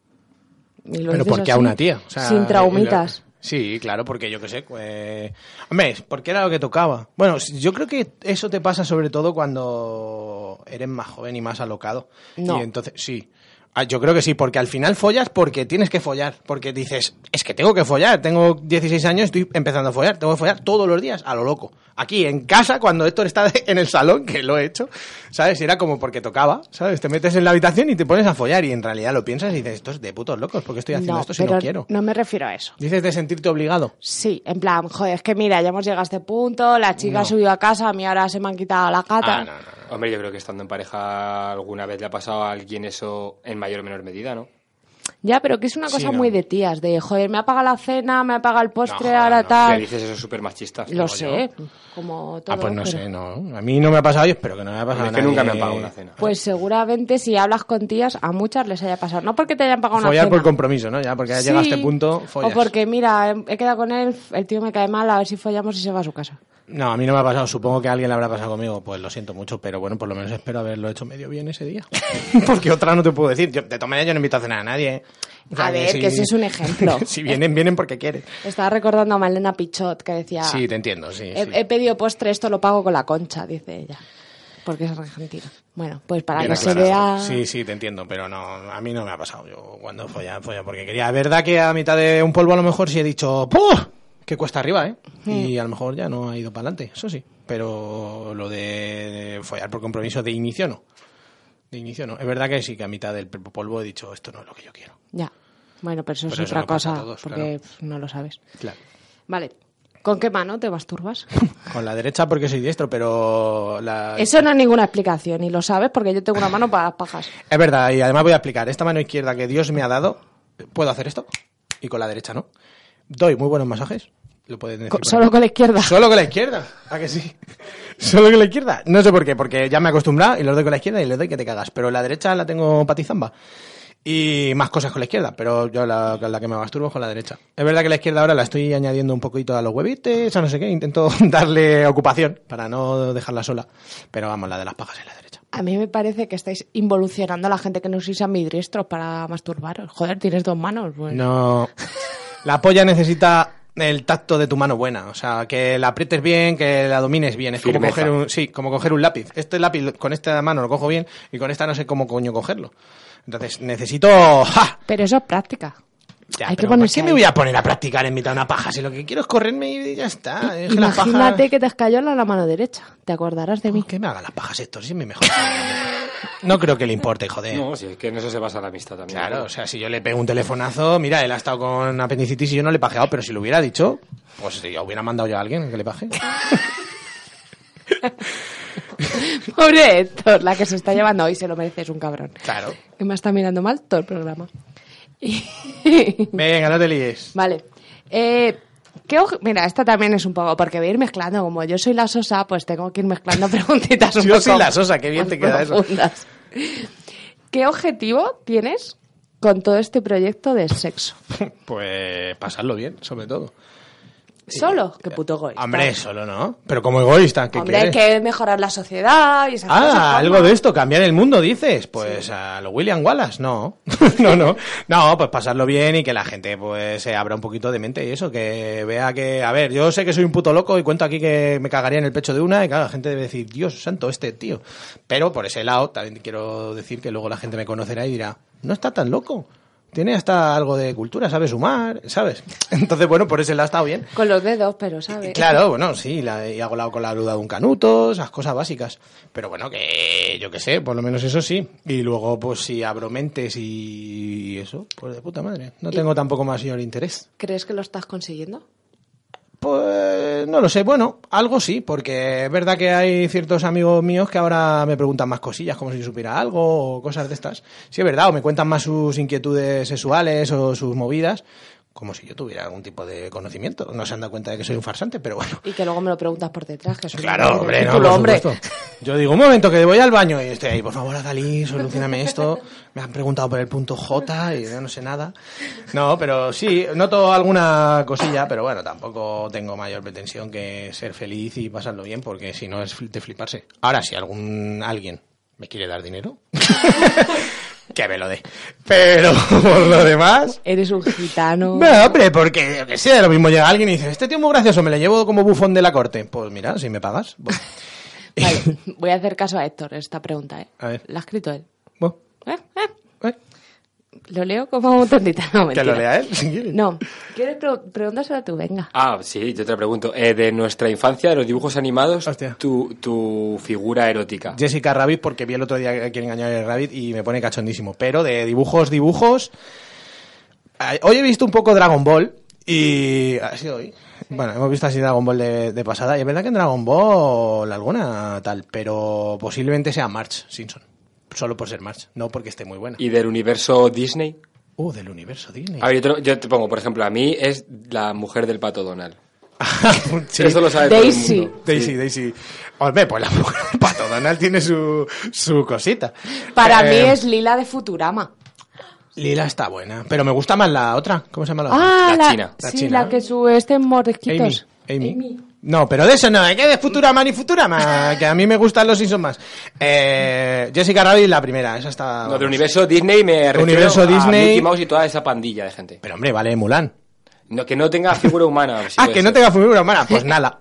Y Pero lo dices porque a así, una tía. o sea, sin traumitas. y lo- Sí, claro, porque yo qué sé. eh, Hombre, porque era lo que tocaba. Bueno, si- yo creo que eso te pasa sobre todo cuando eres más joven y más alocado. No. Y entonces, sí. Ah, Yo creo que sí, porque al final follas porque tienes que follar. Porque dices, es que tengo que follar. Tengo 16 años, estoy empezando a follar. Tengo que follar todos los días a lo loco. Aquí, en casa, cuando Héctor está en el salón, que lo he hecho, ¿sabes? Era como porque tocaba, ¿sabes? Te metes en la habitación y te pones a follar. Y en realidad lo piensas y dices, esto es de putos locos, porque estoy haciendo no, esto si pero no quiero. no me refiero a eso. Dices de sentirte obligado. Sí, en plan, joder, es que mira, ya hemos llegado a este punto, la chica ha subido a casa, a mí ahora se me han quitado la Ah, Ah, cata. Hombre, yo creo que estando en pareja alguna vez le ha pasado a alguien eso en mayor o menor medida, ¿no? Ya, pero que es una Sí, cosa no. muy de tías, de joder, me ha pagado la cena, me ha pagado el postre, joder, ahora no, Le tal. dices eso este súper machista. Lo sé, como todo. ah, pues no pero- sé, no. A mí no me ha pasado y espero que no me haya pasado Es que a nadie. nunca me han pagado una cena. Pues seguramente si hablas con tías, a muchas les haya pasado. No porque te hayan pagado Follar una por cena. compromiso, ¿no? Ya, porque ya llega a este Sí, punto, follas. O porque, mira, he- he quedado con él, el tío me cae mal, a ver si follamos y se va a su casa. No, a mí no me ha pasado. Supongo que a alguien le habrá pasado conmigo. Pues lo siento mucho, pero bueno, por lo menos espero haberlo hecho medio bien ese día. Porque otra no te puedo decir. Yo, de todas maneras, yo no invito a cenar a nadie. ¿eh? O sea, A ver, que ese es un ejemplo. si vienen, vienen porque quieren. Estaba recordando a Malena Pichot que decía, Sí, te entiendo, sí. he, sí. he pedido postre, esto lo pago con la concha, dice ella. Porque es argentina. Bueno, pues para Bien que se aclarado. vea... Sí, sí, te entiendo, pero no, a mí no me ha pasado. Yo cuando follaba, follaba, porque quería. Es verdad que a mitad de un polvo a lo mejor sí he dicho, ¡puh! Que cuesta arriba, ¿eh? Y a lo mejor ya no ha ido para adelante, eso sí. Pero lo de follar por compromiso de inicio no. De inicio no. Es verdad que sí, que a mitad del polvo he dicho, esto no es lo que yo quiero. Ya. Bueno, pero eso Pero eso es otra no pasa a cosa, todos, porque claro. pf, no lo sabes. Claro. Vale. ¿Con qué mano te masturbas? Con la derecha porque soy diestro, pero la... Eso no es ninguna explicación, y lo sabes porque yo tengo una mano para las pajas. Es verdad, y además voy a explicar. Esta mano izquierda que Dios me ha dado, puedo hacer esto y con la derecha no. Doy muy buenos masajes. Lo pueden decir Co- por solo aquí. con la izquierda. Solo con la izquierda. ¿A que sí? Solo con la izquierda. No sé por qué, porque ya me he acostumbrado y los doy con la izquierda y le doy que te cagas. Pero la derecha la tengo patizamba. Y más cosas con la izquierda, pero yo la, con la que me masturbo es con la derecha. Es verdad que la izquierda ahora la estoy añadiendo un poquito a los huevites, a no sé qué. Intento darle ocupación para no dejarla sola. Pero vamos, la de las pajas es la derecha. A mí me parece que estáis involucionando a la gente que no sois ambidiestros para masturbaros. Joder, tienes dos manos. pues. Bueno. No. La polla necesita el tacto de tu mano buena, o sea, que la aprietes bien, que la domines bien, es como Firmeza. coger un, sí, como coger un lápiz. Este lápiz lo- con esta mano lo cojo bien y con esta no sé cómo coño cogerlo. Entonces, necesito ¡ja! Pero eso es práctica. Ya, Hay que pero ¿por ponerse qué me ahí. voy a poner a practicar en mitad de una paja si lo que quiero es correrme y ya está? Es que la paja- Imagínate que te escayó la la mano derecha. Te acordarás de mí. que me haga las pajas esto, si es mi mejor. no creo que le importe, joder. No, sí, es que en eso se basa la amistad también. Eh, Claro, o sea, si yo le pego un telefonazo, mira, él ha estado con apendicitis y yo no le he pajeado, pero si lo hubiera dicho, pues yo hubiera mandado yo a alguien que le paje. Pobre Héctor, la que se está llevando hoy se lo merece, es un cabrón. Claro. Que me está mirando mal todo el programa. Venga, no te líes. Vale. Eh, ¿qué oj- Mira, esta también es un poco, porque voy a ir mezclando. Como yo soy la sosa, pues tengo que ir mezclando preguntitas un Yo poco soy la sosa, qué bien más te queda eso. profundas. ¿Qué objetivo tienes con todo este proyecto de sexo? Pues pasarlo bien, sobre todo. ¿Solo? Qué puto egoísta. Hombre, solo no. Pero como egoísta, ¿qué Hombre, hay quieres? que mejorar la sociedad y esas cosas. Ah, ¿cómo? algo de esto, cambiar el mundo, dices. Pues a lo William Wallace, no. no, no. No, pues pasarlo bien y que la gente pues se abra un poquito de mente y eso, que vea que, a ver, yo sé que soy un puto loco y cuento aquí que me cagaría en el pecho de una y claro, la gente debe decir, Dios santo, este tío. Pero por ese lado, también quiero decir que luego la gente me conocerá y dirá, no está tan loco. Tiene hasta algo de cultura, sabe sumar, ¿sabes? Entonces, bueno, por ese lado ha estado bien. Con los dedos, pero ¿sabes? Claro, bueno, sí, la, y hago la, con la duda de un canuto, esas cosas básicas. Pero bueno, que yo qué sé, por lo menos eso sí. Y luego, pues si abro mentes y, y eso, pues de puta madre. No tengo tampoco más señor interés. ¿Crees que lo estás consiguiendo? Pues no lo sé, bueno, algo sí, porque es verdad que hay ciertos amigos míos que ahora me preguntan más cosillas, como si supiera algo o cosas de estas. Sí, es verdad, o me cuentan más sus inquietudes sexuales o sus movidas, como si yo tuviera algún tipo de conocimiento. No se han dado cuenta de que soy un farsante, pero bueno. Y que luego me lo preguntas por detrás, que eso es Claro, un hombre, no, ridículo, por hombre. supuesto. Yo digo, un momento, que voy al baño y estoy ahí, por favor, Adalí, solucioname esto. Me han preguntado por el punto J y yo no sé nada. No, pero sí, noto alguna cosilla, pero bueno, tampoco tengo mayor pretensión que ser feliz y pasarlo bien, porque si no es de fliparse. Ahora, si algún alguien me quiere dar dinero, que me lo dé. Pero por lo demás... Eres un gitano. No, hombre, porque yo que sé, lo mismo llega alguien y dice, este tío es muy gracioso, me lo llevo como bufón de la corte. Pues mira, si me pagas. bueno. Vale, voy a hacer caso a Héctor esta pregunta, ¿eh? A ver. La ha escrito él. Bueno, ¿Eh? ¿Eh? eh, Lo leo como un tontita. No, que mentira. lo lea él, si quiere. No, ¿quieres pre- preguntárselo tú? Venga. Ah, sí, yo te lo pregunto. Eh, de nuestra infancia, de los dibujos animados, Hostia. tu, tu figura erótica. Jessica Rabbit, porque vi el otro día que engañar a Rabbit y me pone cachondísimo. Pero de dibujos, dibujos. eh, Hoy he visto un poco Dragon Ball y. ¿Ha sido hoy? Bueno, hemos visto así Dragon Ball de, de pasada. Y es verdad que en Dragon Ball alguna tal, pero posiblemente sea March Simpson. Solo por ser March, no porque esté muy buena. ¿Y del universo Disney? Uh, del universo Disney. A ver, yo te, lo- yo te pongo, por ejemplo, a mí es la mujer del pato Donald. Sí. Eso lo sabe todo Daisy. el mundo. Daisy, Sí. Daisy. Hombre, pues la mujer del Pato Donald tiene su, su cosita. Para Eh, mí es Lila de Futurama. Lila está buena, pero me gusta más la otra. ¿Cómo se llama la otra? Ah, la la, china. La sí, china. la que sube este en Amy. mordisquitos. Amy. No, pero de eso no, ¿eh? que de Futurama ni Futurama, que a mí me gustan los Simpsons más. Eh, Jessica Rabbit, la primera, esa está... No, del universo Disney me refiero Universo a Disney. Mickey Mouse y toda esa pandilla de gente. Pero hombre, vale, Mulan. No, que no tenga figura humana. si ah, puede que no ser. tenga figura humana, pues nada.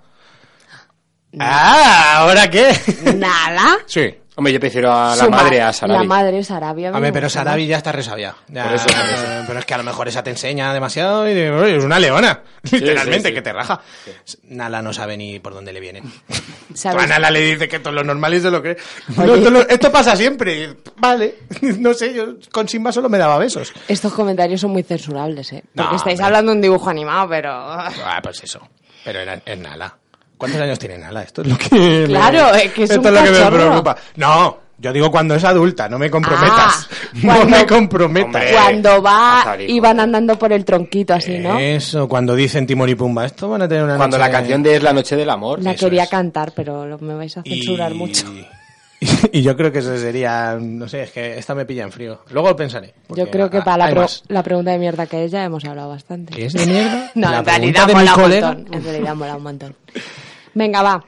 Ah, ¿ahora qué? Nada. sí. Hombre, yo prefiero a la Su ma- madre a Sarabi. La madre es Arabia. Hombre, pero Sarabi ya está resabiada. Ya, Por eso, por eso. eh, Pero es que a lo mejor esa te enseña demasiado y de- oye, es una leona, literalmente, sí, sí. que te raja. Nala no sabe ni por dónde le vienen. Tú a ¿Sabes? Nala le dice que todo lo normal es de lo que... No, todo lo- Esto pasa siempre. Vale, no sé, yo con Simba solo me daba besos. Estos comentarios son muy censurables, ¿eh? Porque No, estáis hombre. hablando de un dibujo animado, pero... Ah, pues eso. Pero era, es Nala. ¿Cuántos años tiene Nala? Esto es lo que... Claro, es que es Esto un es lo que me cachorro. preocupa. No, yo digo cuando es adulta, no me comprometas. Ah, no cuando- me comprometas. Hombre, Cuando va, Azar, hijo. y van andando por el tronquito así, ¿no? Eso, cuando dicen Timor y Pumba, esto van a tener una Cuando la canción de Es la noche del amor. La eso quería es. cantar, pero lo- me vais a censurar mucho. Y yo creo que eso sería, no sé, es que esta me pilla en frío. Luego pensaré. porque Yo creo que ha- para la, hay pro- más. la pregunta de mierda que es ya hemos hablado bastante. ¿Qué es de mierda? No, La en realidad pregunta de mi mola un colega. montón. En realidad mola un montón. Venga, va.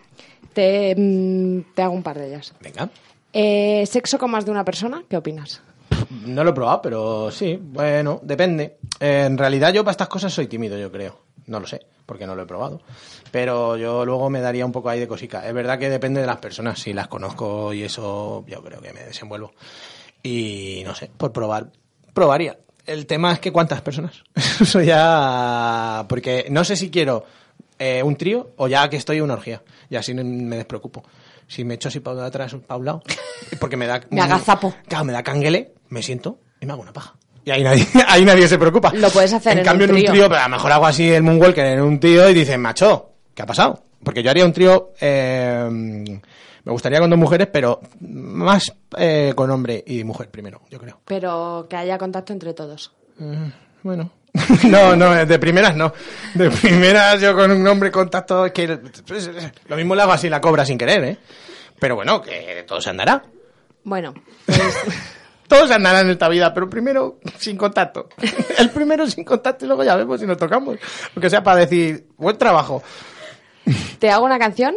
Te, mm, te hago un par de ellas. Venga. Eh, ¿Sexo con más de una persona? ¿Qué opinas? No lo he probado, pero sí, bueno, depende. Eh, en realidad yo para estas cosas soy tímido, yo creo. No lo sé, porque no lo he probado. Pero yo luego me daría un poco ahí de cosica. Es verdad que depende de las personas, si las conozco y eso, yo creo que me desenvuelvo. Y no sé, por probar, probaría. El tema es que cuántas personas. eso ya... Porque no sé si quiero eh, un trío o ya que estoy una orgía. Y así no- me despreocupo. Si me echo así para atrás, para un lado, porque me da... Me agazapo. Claro, me da canguele, me siento y me hago una paja. Y ahí nadie, ahí nadie se preocupa. Lo puedes hacer en un cambio, en trío. un trío, pero a lo mejor hago así el moonwalker en un trío y dicen, macho, ¿qué ha pasado? Porque yo haría un trío, eh, me gustaría con dos mujeres, pero más eh, con hombre y mujer primero, yo creo. Pero que haya contacto entre todos. Bueno. no, no, de primeras no. De primeras yo con un hombre contacto, es que lo mismo le hago así la cobra sin querer, ¿eh? Pero bueno, que todo se andará. Bueno, Todos andarán en esta vida, pero primero sin contacto. El primero sin contacto y luego ya vemos si nos tocamos. Aunque sea para decir, buen trabajo. ¿te hago una canción?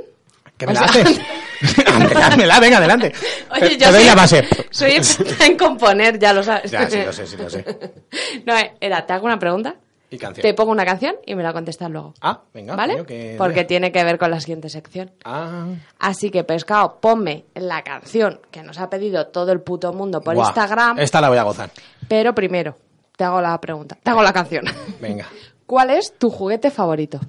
Que me O la sea- haces. Dármela, venga, adelante. Oye, Te- yo te doy soy- la base. Soy experta en componer, ya lo sabes. Ya, sí, lo sé, sí, lo sé. No, eh, era, te hago una pregunta, Y canción. te pongo una canción y me la contestas luego. Ah, venga. ¿Vale? coño, que- Porque tiene que ver con la siguiente sección. Ah, Así que, pescado, ponme la canción que nos ha pedido todo el puto mundo por guau. Instagram. Esta la voy a gozar. Pero primero, te hago la pregunta, te hago la canción. Venga. ¿Cuál es tu juguete favorito?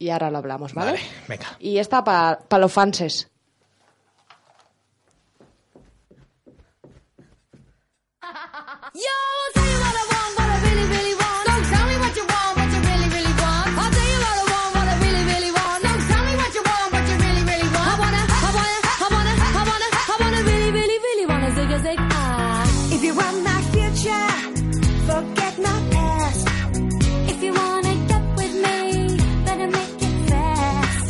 Y ahora lo hablamos, ¿vale? Vale, venga. Y esta para los fanses. Yo, I'll tell you what I want, what I really, really want. Don't tell me what you want, what you really, really want. I'll tell you what I want, what I really, really want. Don't tell me what you want, what you really, really want. I wanna, I wanna, I wanna, I wanna, I wanna really, really, really wanna zig a zig ah. If you want my future, forget my past. If you wanna get with me, better make it fast.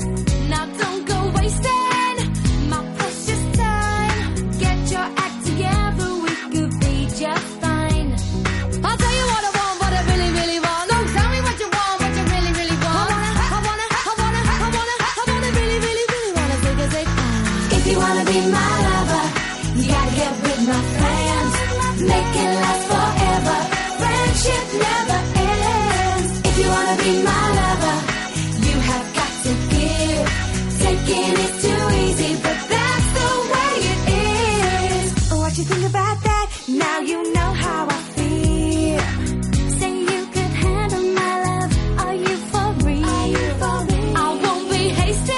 Now don't go wasting my precious time. Get your act together, we could be just fine. I'll tell you what I want, what I really, really want. Don't tell me what you want, what you really, really want. I wanna, I wanna, I wanna, I wanna, I wanna really, really, really wanna zig a zig. If you wanna be my lover, you gotta get with my friends. Make it last forever. Friendship never ends. If you wanna be my lover, you have got to give. Taking is too easy, but that's the way it is. What you think about that? Now you know how I feel. Say you could handle my love. Are you for real? Are you for real? I won't be hasty.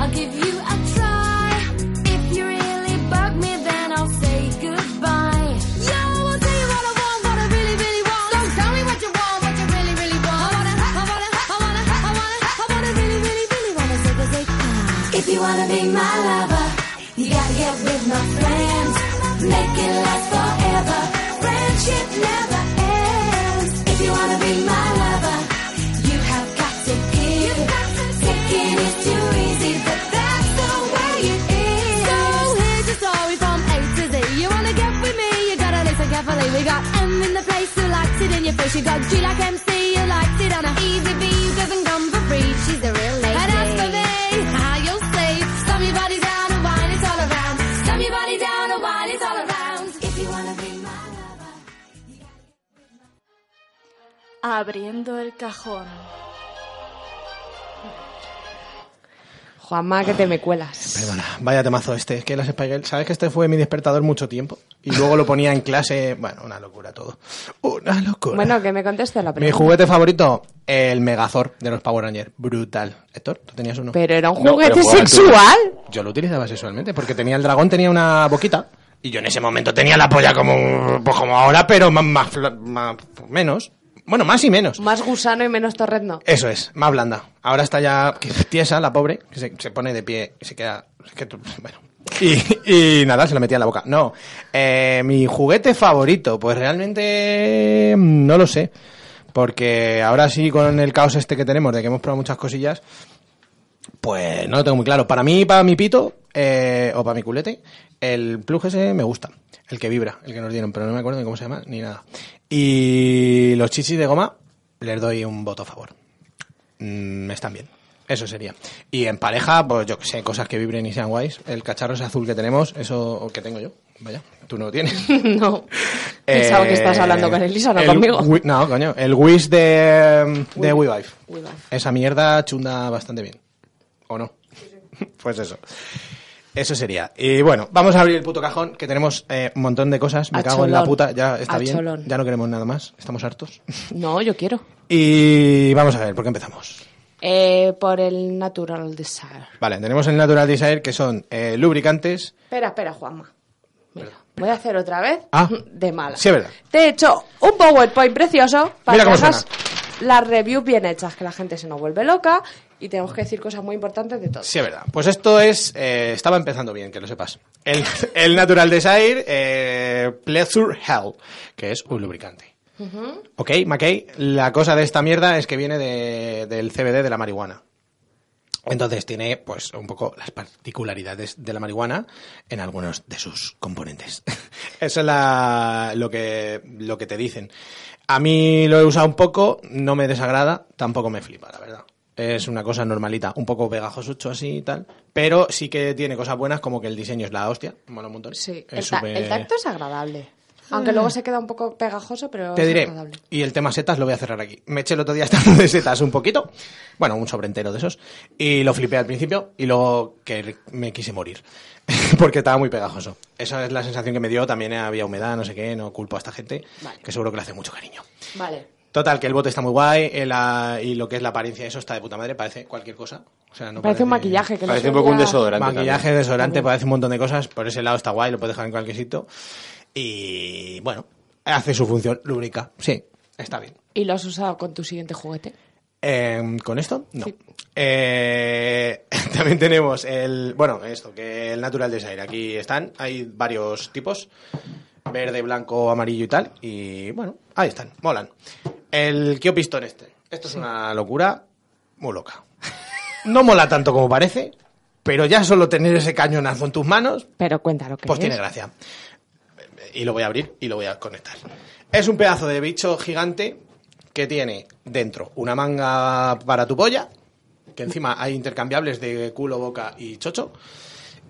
I'll give you a try. If you really bug me, then I'll say goodbye. Yo, I'll tell you what I want, what I really, really want. Don't tell me what you want, what you really, really want. I wanna, I wanna, I wanna, I wanna, I wanna really, really, really wanna say, say, ah. If you wanna be my lover, you gotta get with my friends. Make it last forever. Friendship never ends. If you wanna be my lover, you have got to give. Taking is too easy, but that's the way it is. So here's your story from A to Z. You wanna get with me, you gotta listen carefully. We got M in the place who likes it in your face. You got G like MC, you likes it on a easy B who doesn't come for free. She's a real lady. And as for me, how you'll see, slam your body down and wine it all around. Slam your body down and wine it all around. If you wanna be my lover. Abriendo el cajón. Juanma, que te me cuelas. Perdona, vaya temazo este. Es que las Spice Girls- ¿sabes que este fue mi despertador mucho tiempo? Y luego lo ponía en clase. Bueno, una locura todo. Una locura. Bueno, que me conteste la mi pregunta. juguete favorito, el Megazord de los Power Rangers. Brutal. Héctor, ¿tú tenías uno? Pero era un No, juguete pero jugaba tú. sexual. Yo lo utilizaba sexualmente porque tenía el dragón, tenía una boquita. Y yo en ese momento tenía la polla como, pues como ahora, pero más, más, fla- más- menos. Bueno, más y menos. Más gusano y menos torrezno. Eso es, más blanda. Ahora está ya tiesa, la pobre, que se, se pone de pie y se queda... es que tú- bueno. Y, y nada, se lo metía en la boca. No, eh, mi juguete favorito, pues realmente mm, no lo sé. Porque ahora sí, con el caos este que tenemos, de que hemos probado muchas cosillas, pues no lo tengo muy claro. Para mí, para mi pito, eh, o para mi culete, el plug ese me gusta. El que vibra, el que nos dieron, pero no me acuerdo ni cómo se llama, ni nada. Y los chichis de goma, les doy un voto a favor. Mm, están bien. Eso sería. Y en pareja, pues yo que sé, cosas que vibren y sean guays. El cacharro ese azul que tenemos, eso o que tengo yo. Vaya, tú no lo tienes. no. Pensaba que estás hablando con Elisa, no el conmigo. Wi- no, coño. El Wish de, de Wi- WeVive. WeVive. Esa mierda chunda bastante bien. ¿O no? pues eso. Eso sería. Y bueno, vamos a abrir el puto cajón, que tenemos eh, un montón de cosas. Me A cago en la cholón. puta. Ya está A bien. cholón. Ya no queremos nada más. Estamos hartos. No, yo quiero. Y vamos a ver, ¿por qué empezamos? Eh, por el natural desire. Vale, tenemos el Natural Desire, que son eh, lubricantes. Espera, espera, Juanma. Mira, voy a hacer otra vez Ah, de mala. sí, es verdad. Te he hecho un PowerPoint precioso para Mira que cómo hagas las reviews bien hechas, que la gente se nos vuelve loca y tenemos que decir cosas muy importantes de todo. Sí, es verdad. Pues esto es. eh, estaba empezando bien, que lo sepas. El, el Natural Desire eh, Pleasure Hell, que es un lubricante. Ok, McKay, la cosa de esta mierda es que viene de- del CBD de la marihuana. Entonces tiene, pues, un poco las particularidades de la marihuana en algunos de sus componentes. Eso es la- lo, que, lo que te dicen. A mí lo he usado un poco, no me desagrada, tampoco me flipa, la verdad. Es una cosa normalita, un poco pegajosucho así y tal, pero sí que tiene cosas buenas como que el diseño es la hostia, mola un montón. Sí, Es el, ta- súper- el tacto es agradable. Ah. Aunque luego se queda un poco pegajoso, pero Te es diré, agradable. y el tema setas lo voy a cerrar aquí. Me eché el otro día estando de setas un poquito, bueno, un sobreentero de esos, y lo flipé al principio y luego que me quise morir, porque estaba muy pegajoso. Esa es la sensación que me dio, también había humedad, no sé qué, no culpo a esta gente, que seguro que le hace mucho cariño. Vale. Total, que el bote está muy guay eh, la- y lo que es la apariencia de eso está de puta madre, parece cualquier cosa. O sea, no Parece un maquillaje que no Parece se un poco un vea- desodorante. Maquillaje, también. desodorante, También. parece un montón de cosas. Por ese lado está guay, lo puedes dejar en cualquier sitio. Y bueno, hace su función, lúbrica. Sí, está bien. ¿Y lo has usado con tu siguiente juguete? Eh, ¿Con esto? No. Eh, también tenemos el. Bueno, esto, que el Natural Desire. Aquí están, hay varios tipos: verde, blanco, amarillo y tal. Y bueno, ahí están, molan. El Kio Pistón este. Esto es una locura muy loca. No mola tanto como parece, pero ya solo tener ese cañonazo en tus manos, Pero cuéntalo que pues es. tiene gracia. Y lo voy a abrir y lo voy a conectar. Es un pedazo de bicho gigante que tiene dentro una manga para tu polla, que encima hay intercambiables de culo, boca y chocho.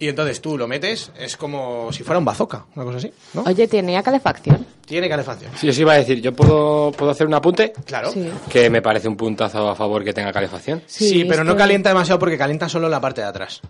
Y entonces tú lo metes, es como si fuera un bazooka, una cosa así, ¿no? Oye, ¿tenía calefacción? Tiene calefacción. Sí, yo sí iba a decir, ¿yo puedo, puedo hacer un apunte? Claro. Sí. Que me parece un puntazo a favor que tenga calefacción. Sí, pero no calienta demasiado porque calienta solo la parte de atrás.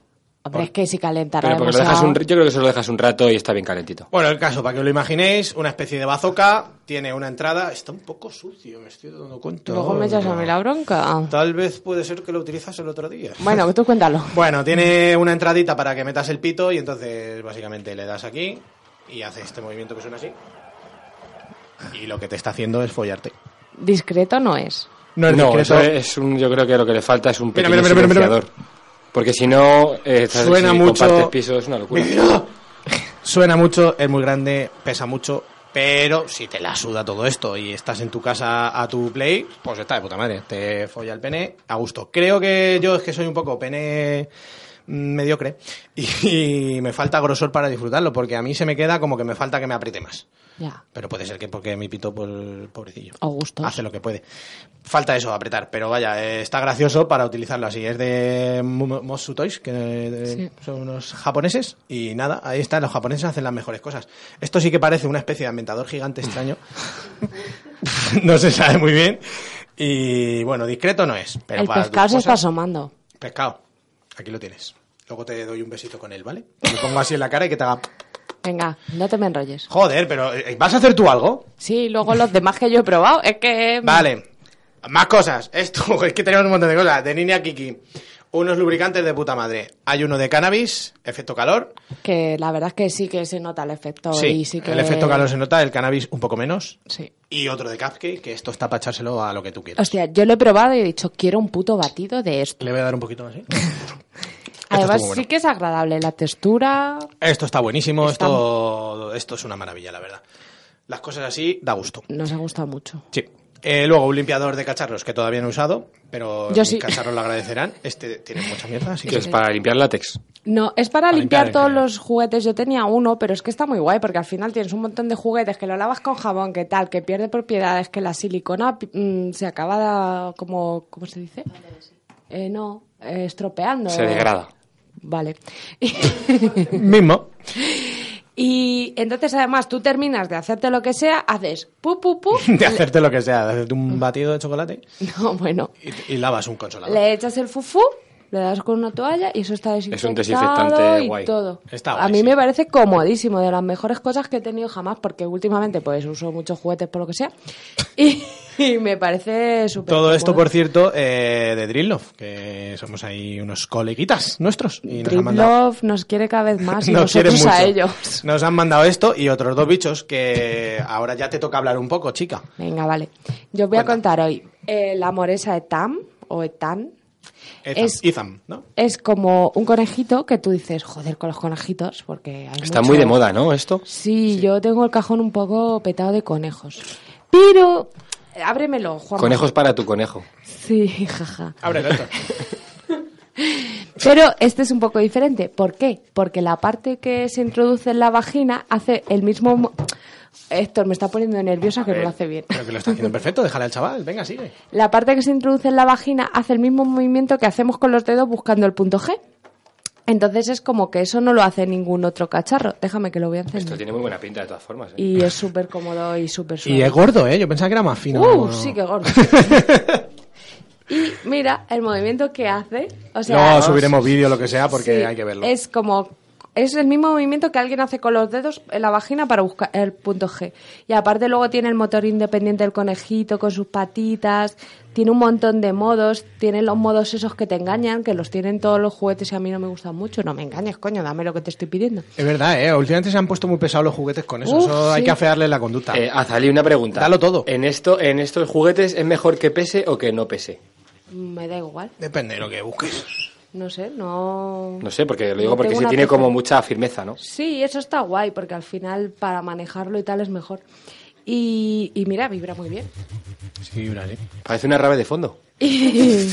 Hombre, es que si calentara Pero porque lo dejas demasiado- un, yo creo que eso lo dejas un rato y está bien calentito. Bueno, el caso, para que os lo imaginéis, una especie de bazooka, tiene una entrada, está un poco sucio, me estoy dando cuenta. Luego me echas a mí la bronca. Tal vez puede ser que lo utilizas el otro día. Bueno, pues tú cuéntalo. Bueno, tiene una entradita para que metas el pito y entonces básicamente le das aquí y hace este movimiento que suena así. Y lo que te está haciendo es follarte. Discreto no es. No es eso discreto. es un, yo creo que lo que le falta es un Mira, mira, pequeño mira, mira, mira. silenciador. Porque si no, eh, estás- Suena si mucho- compartes piso, es una locura. Suena mucho, es muy grande, pesa mucho, pero si te la suda todo esto y estás en tu casa a tu play, pues está de puta madre. Te folla el pene a gusto. Creo que yo es que soy un poco pene mm, mediocre y me falta grosor para disfrutarlo porque a mí se me queda como que me falta que me apriete más. Ya. Pero puede ser que porque mi pito, pues, pobrecillo. Augusto. Hace lo que puede. Falta eso, apretar. Pero vaya, eh, está gracioso para utilizarlo así. Es de Mo- Mosu Toys, que eh, Sí. son unos japoneses. Y nada, ahí están. Los japoneses hacen las mejores cosas. Esto sí que parece una especie de ambientador gigante extraño. no se sabe muy bien. Y bueno, discreto no es. Pero el para pescado tus se está cosas- asomando. Pescado. Aquí lo tienes. Luego te doy un besito con él, ¿vale? Te lo pongo así en la cara y que te haga... Venga, no te me enrolles. Joder, pero eh, ¿vas a hacer tú algo? Sí, luego los demás que yo he probado, es que... Vale. Más cosas. Esto, es que tenemos un montón de cosas. De Niña Kiki. Unos lubricantes de puta madre. Hay uno de cannabis, efecto calor. Que la verdad es que sí que se nota el efecto. sí, y sí que... el efecto calor se nota, el cannabis un poco menos. Sí. Y otro de cupcake, que esto está para echárselo a lo que tú quieras. Hostia, yo lo he probado y he dicho, quiero un puto batido de esto. Le voy a dar un poquito más, ¿eh? Además, muy bueno. sí que es agradable la textura. Esto está buenísimo, esto, esto es una maravilla, la verdad. Las cosas así da gusto. Nos ha gustado mucho. Sí. Eh, luego, un limpiador de cacharros que todavía no he usado, pero Yo mis sí. cacharros lo agradecerán. Este tiene mucha mierda, así Que es para limpiar látex. No, es para limpiar limpiar, en todos general. los juguetes. Yo tenía uno, pero es que está muy guay porque al final tienes un montón de juguetes que lo lavas con jabón, que tal, que pierde propiedades, que la silicona pi- mm, se acaba da- como... ¿Cómo se dice? Eh, no, eh, estropeando. Se degrada. Vale. Mismo. y entonces además tú terminas de hacerte lo que sea, haces pu pu pu. De hacerte lo que sea, de hacerte un batido de chocolate No, bueno. y, y lavas un consolador. Le echas el fufú, le das con una toalla y eso está desinfectado desinfectante y guay. todo. Está guay, a mí sí. me parece comodísimo, de las mejores cosas que he tenido jamás, porque últimamente pues uso muchos juguetes por lo que sea y, y me parece súper Todo esto, cómodo. por cierto, eh, de Drill Love, que somos ahí unos coleguitas nuestros. Y nos han Drip mandado, Love nos quiere cada vez más y nos quieren nosotros a mucho. ellos. Nos han mandado esto y otros dos bichos que ahora ya te toca hablar un poco, chica. Venga, vale. Yo os voy a contar hoy eh, la moresa Etam o Etan. Ethan, Es- Ethan, ¿no? Es como un conejito que tú dices, joder, con los conejitos, porque hay Está mucho- muy de moda, ¿no? Esto. Sí, yo tengo el cajón un poco petado de conejos. Pero, eh, ábremelo, Juan. Conejos para tu conejo. Sí, jaja. Abre Pero este es un poco diferente. ¿Por qué? Porque la parte que se introduce en la vagina hace el mismo... mo- Héctor, me está poniendo nerviosa que no lo hace bien. Pero que lo está haciendo perfecto, déjale al chaval, venga, sigue. La parte que se introduce en la vagina hace el mismo movimiento que hacemos con los dedos buscando el punto G. Entonces es como que eso no lo hace ningún otro cacharro. Déjame que lo voy a encender. Esto tiene muy buena pinta de todas formas. ¿eh? Y es súper cómodo y súper suave. Y es gordo, ¿eh? Yo pensaba que era más fino. Uh, sí que gordo. y mira el movimiento que hace. O sea, Luego subiremos vídeo, lo que sea, porque Sí, hay que verlo. Es como es el mismo movimiento que alguien hace con los dedos en la vagina para buscar el punto G. Y aparte luego tiene el motor independiente del conejito con sus patitas, tiene un montón de modos, tiene los modos esos que te engañan, que los tienen todos los juguetes y a mí no me gustan mucho. No me engañes, coño, dame lo que te estoy pidiendo. Es verdad, ¿eh? Últimamente se han puesto muy pesados los juguetes con eso. Uf, eso hay sí. que afearle la conducta. Eh, Azalí, una pregunta. Dalo todo. ¿En, esto, ¿En estos juguetes es mejor que pese o que no pese? Mm, Me da igual, Depende de lo que busques. no sé, no... No sé, porque lo No digo porque tengo sí una tiene como preferencia. mucha firmeza, ¿no? Sí, eso está guay, porque al final para manejarlo y tal es mejor. Y, y mira, vibra muy bien. Sí, vale. Parece una rave de fondo. Y,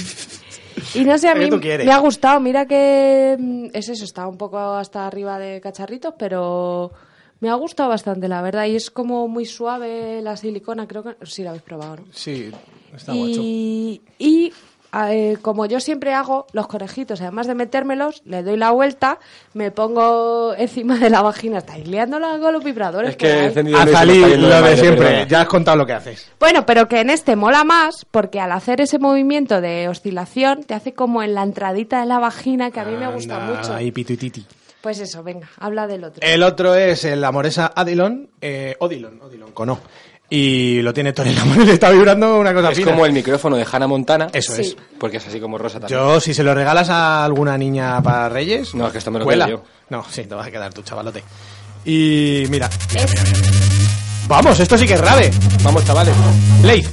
y no sé, a Lo que mí tú quieres. me ha gustado. Mira que mm, es eso, está un poco hasta arriba de cacharritos, pero me ha gustado bastante, la verdad. Y es como muy suave la silicona, creo que sí la habéis probado, ¿no? Sí, está guacho. Y, y, a- eh, como yo siempre hago, los conejitos, además de metérmelos, le doy la vuelta, me pongo encima de la vagina. Estáis liándola con los vibradores. Es que por he ahí. encendido A Luis, salir me está yendo lo de madre, siempre. perdona. Ya has contado lo que haces. Bueno, pero que en este mola más porque al hacer ese movimiento de oscilación te hace como en la entradita de la vagina que a mí me gusta mucho. Ahí, Eh, pituititi. Pues eso, venga, habla del otro. El otro es el amoresa Adilon. Eh, Odilon, Odilon, con O. Y lo tiene todo en la mano. Le está vibrando una cosa Es fina. como el micrófono de Hannah Montana. Eso Sí. es. Porque es así como rosa también. Yo, si se lo regalas a alguna niña para Reyes. No, es que esto me lo cuela. quedo yo. No, sí, te vas a quedar tú, chavalote. Y mira. Mira, mira, mira. Vamos, esto sí que es rave. Vamos, chavales. Leif.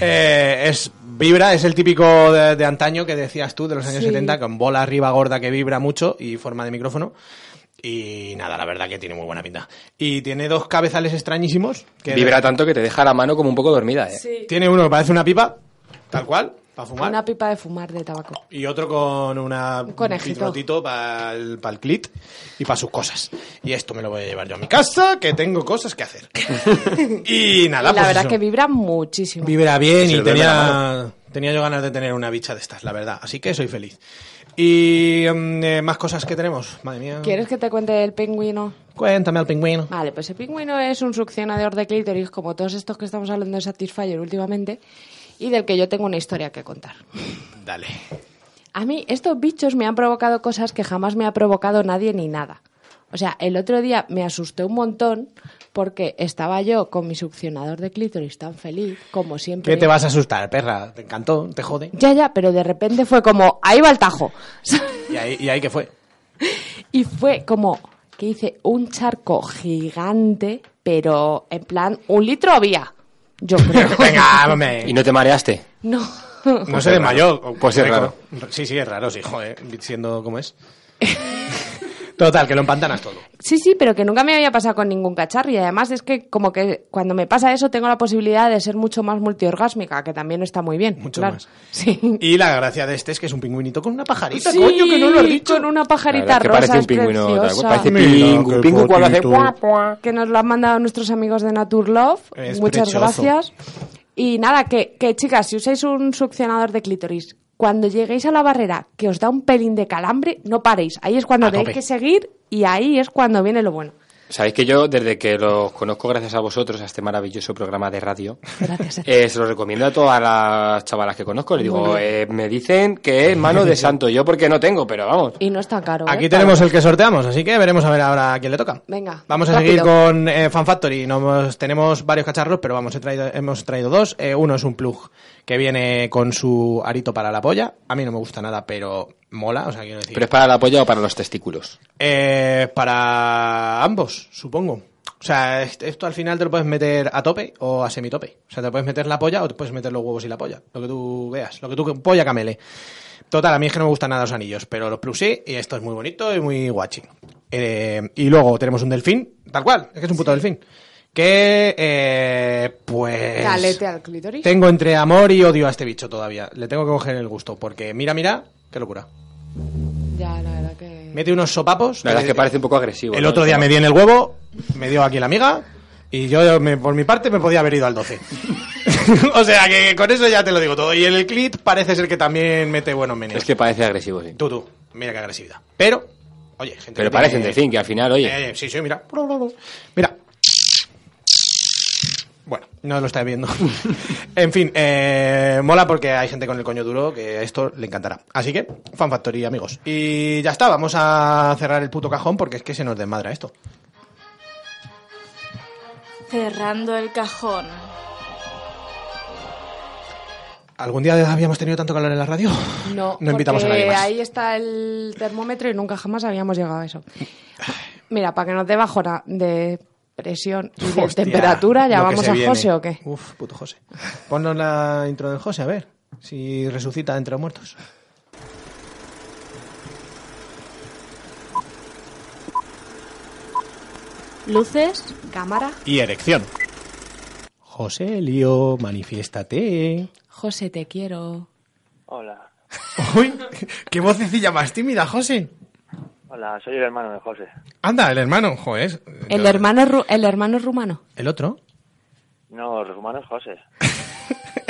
Eh, es. Vibra, es el típico de, de antaño que decías tú, de los años Sí. 70, con bola arriba gorda que vibra mucho y forma de micrófono. Y nada, la verdad que tiene muy buena pinta. Y tiene dos cabezales extrañísimos. Que Vibra tanto que te deja la mano como un poco dormida, ¿eh? Tiene uno que parece una pipa, tal cual, para fumar. Una pipa de fumar de tabaco. Y otro con una, un conejito. para el, clit y para sus cosas. Y esto me lo voy a llevar yo a mi casa, que tengo cosas que hacer. y nada, la pues verdad eso. que vibra muchísimo. vibra bien Se y le duerme la tenía, mano. tenía yo ganas de tener una bicha de estas, la verdad. Así que soy feliz. Y mm, eh, más cosas que tenemos, madre mía. ¿Quieres que te cuente el pingüino? Cuéntame al pingüino. Vale, pues el pingüino es un succionador de clítoris, como todos estos que estamos hablando de Satisfyer últimamente, y del que yo tengo una historia que contar. Dale. A mí estos bichos me han provocado cosas que jamás me ha provocado nadie ni nada. O sea, el otro día me asusté un montón porque estaba yo con mi succionador de clítoris tan feliz como siempre. ¿Qué te vas a asustar, perra? ¿Te encantó? ¿Te jode? Ya, ya, pero de repente fue como, ahí va el tajo. ¿Y ahí, y ahí qué fue? y fue como que hice un charco gigante, pero en plan, un litro había. Yo creo. Venga, hombre. ¿Y no te mareaste? No. No se desmayó. Pues es raro. Sí, sí, es raro, sí, joder, siendo como es. Total, que lo empantanas todo. Sí, sí, pero que nunca me había pasado con ningún cacharro y además es que como que cuando me pasa eso tengo la posibilidad de ser mucho más multiorgásmica, que también está muy bien. Mucho claro. más. Sí. Y la gracia de este es que es un pingüinito con una pajarita, Sí, coño, que no lo has dicho. Con una pajarita La verdad es que rosa. parece es un pingüino, tal cual, preciosa, parece Mira, pingu, qué pingu cuando hace potito. guap, guap. que nos lo han mandado nuestros amigos de Naturlove. Es Muchas precioso. gracias. Y nada, que, que chicas, si usáis un succionador de clítoris, cuando lleguéis a la barrera que os da un pelín de calambre, no paréis. Ahí es cuando A tenéis tope. que seguir y ahí es cuando viene lo bueno. Sabéis que yo, desde que los conozco gracias a vosotros, a este maravilloso programa de radio, Gracias a ti. eh, se lo recomiendo a todas las chavalas que conozco. Le digo, Muy bien. eh, me dicen que es mano de santo. Yo porque no tengo, pero vamos. Y no es tan caro. Aquí ¿eh? tenemos el que sorteamos, así que veremos a ver ahora a quién le toca. Venga, Vamos a rápido. seguir con eh, Fan Factory. No hemos- tenemos varios cacharros, pero vamos, he traído- hemos traído dos. Eh, uno es un plug que viene con su arito para la polla. A mí no me gusta nada, pero mola, o sea, quiero decir. ¿Pero es para la polla o para los testículos? Eh, para ambos, supongo. O sea, est- esto al final te lo puedes meter a tope o a semitope. O sea, te puedes meter la polla o te puedes meter los huevos y la polla. Lo que tú veas, lo que tú polla camele. Total, a mí es que no me gustan nada los anillos, pero los plus sí, y esto es muy bonito y muy guachi. Eh, y luego tenemos un delfín, tal cual, es que es un puto delfín. Que, eh, pues... Calete al clítoris. Tengo entre amor y odio a este bicho todavía. Le tengo que coger el gusto, porque mira, mira, qué locura. Ya, la verdad que... Mete unos sopapos. La verdad es que parece un poco agresivo. Eh, El ¿no? otro día me di en el huevo, me dio aquí la amiga y yo me- por mi parte me podía haber ido al 12. o sea que con eso ya te lo digo todo. Y el clit parece ser que también mete buenos menes. Es que parece agresivo, sí. Tú, tú. Mira qué agresividad. Pero, oye, gente. Pero que parecen tiene- de fin, que al final, oye. Eh, sí, sí, mira. Mira. Bueno, no lo estáis viendo. en fin, eh, mola porque hay gente con el coño duro que a esto le encantará. Así que, Fan Factory, amigos. Y ya está, vamos a cerrar el puto cajón porque es que se nos desmadra esto. Cerrando el cajón. ¿Algún día habíamos tenido tanto calor en la radio? No, No invitamos a porque nadie más. ahí está el termómetro y nunca jamás habíamos llegado a eso. Mira, para que nos dé bajona de presión y de Hostia, temperatura, lo ¿ya que vamos se a viene. José o qué? Uf, puto José. Ponnos la intro del José, a ver si resucita entre los muertos. Luces. Cámara. Y erección. José Lío, manifiéstate. José, te quiero. Hola, Uy, qué vocecilla más tímida, José. hola, soy el hermano de José. Anda, el hermano, joder. El hermano, es ru- el hermano es rumano. ¿El otro? No, el rumano es José.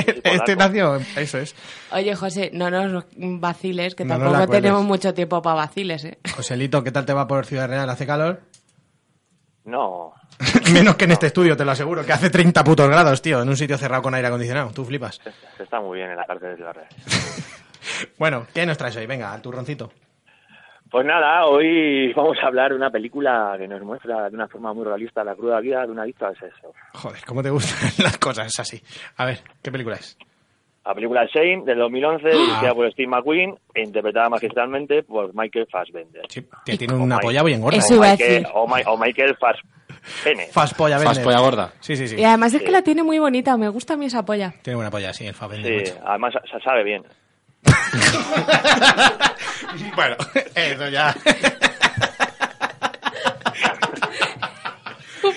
Este nació, eso es. Oye, José, no nos vaciles, que No nos la tampoco cueles. tenemos mucho tiempo para vaciles, ¿eh? Joselito, ¿qué tal te va por Ciudad Real? ¿Hace calor? No, Menos que en este estudio, te lo aseguro, que hace 30 putos grados, tío, en un sitio cerrado con aire acondicionado. Tú flipas. se está muy bien en la parte de la red. Bueno, ¿qué nos traes hoy? Venga, al turroncito. Pues nada, hoy vamos a hablar de una película que nos muestra de una forma muy realista la cruda vida de un adicto al sexo. Joder, ¿cómo te gustan las cosas así? A ver, ¿qué película es? La película Shame del 2011, dirigida por Steve McQueen e interpretada magistralmente por Michael Fassbender. Que tiene una polla muy engorda. Eso o, iba a Michael, decir. o, Mi- o Michael Fassbender. Faspolla vende. Faspolla gorda. Sí, sí, sí. Y además es que Sí. la tiene muy bonita, me gusta a mí esa polla. Tiene buena polla, sí, el Fab vende Sí, mucho. además se sabe bien. Bueno, eso ya.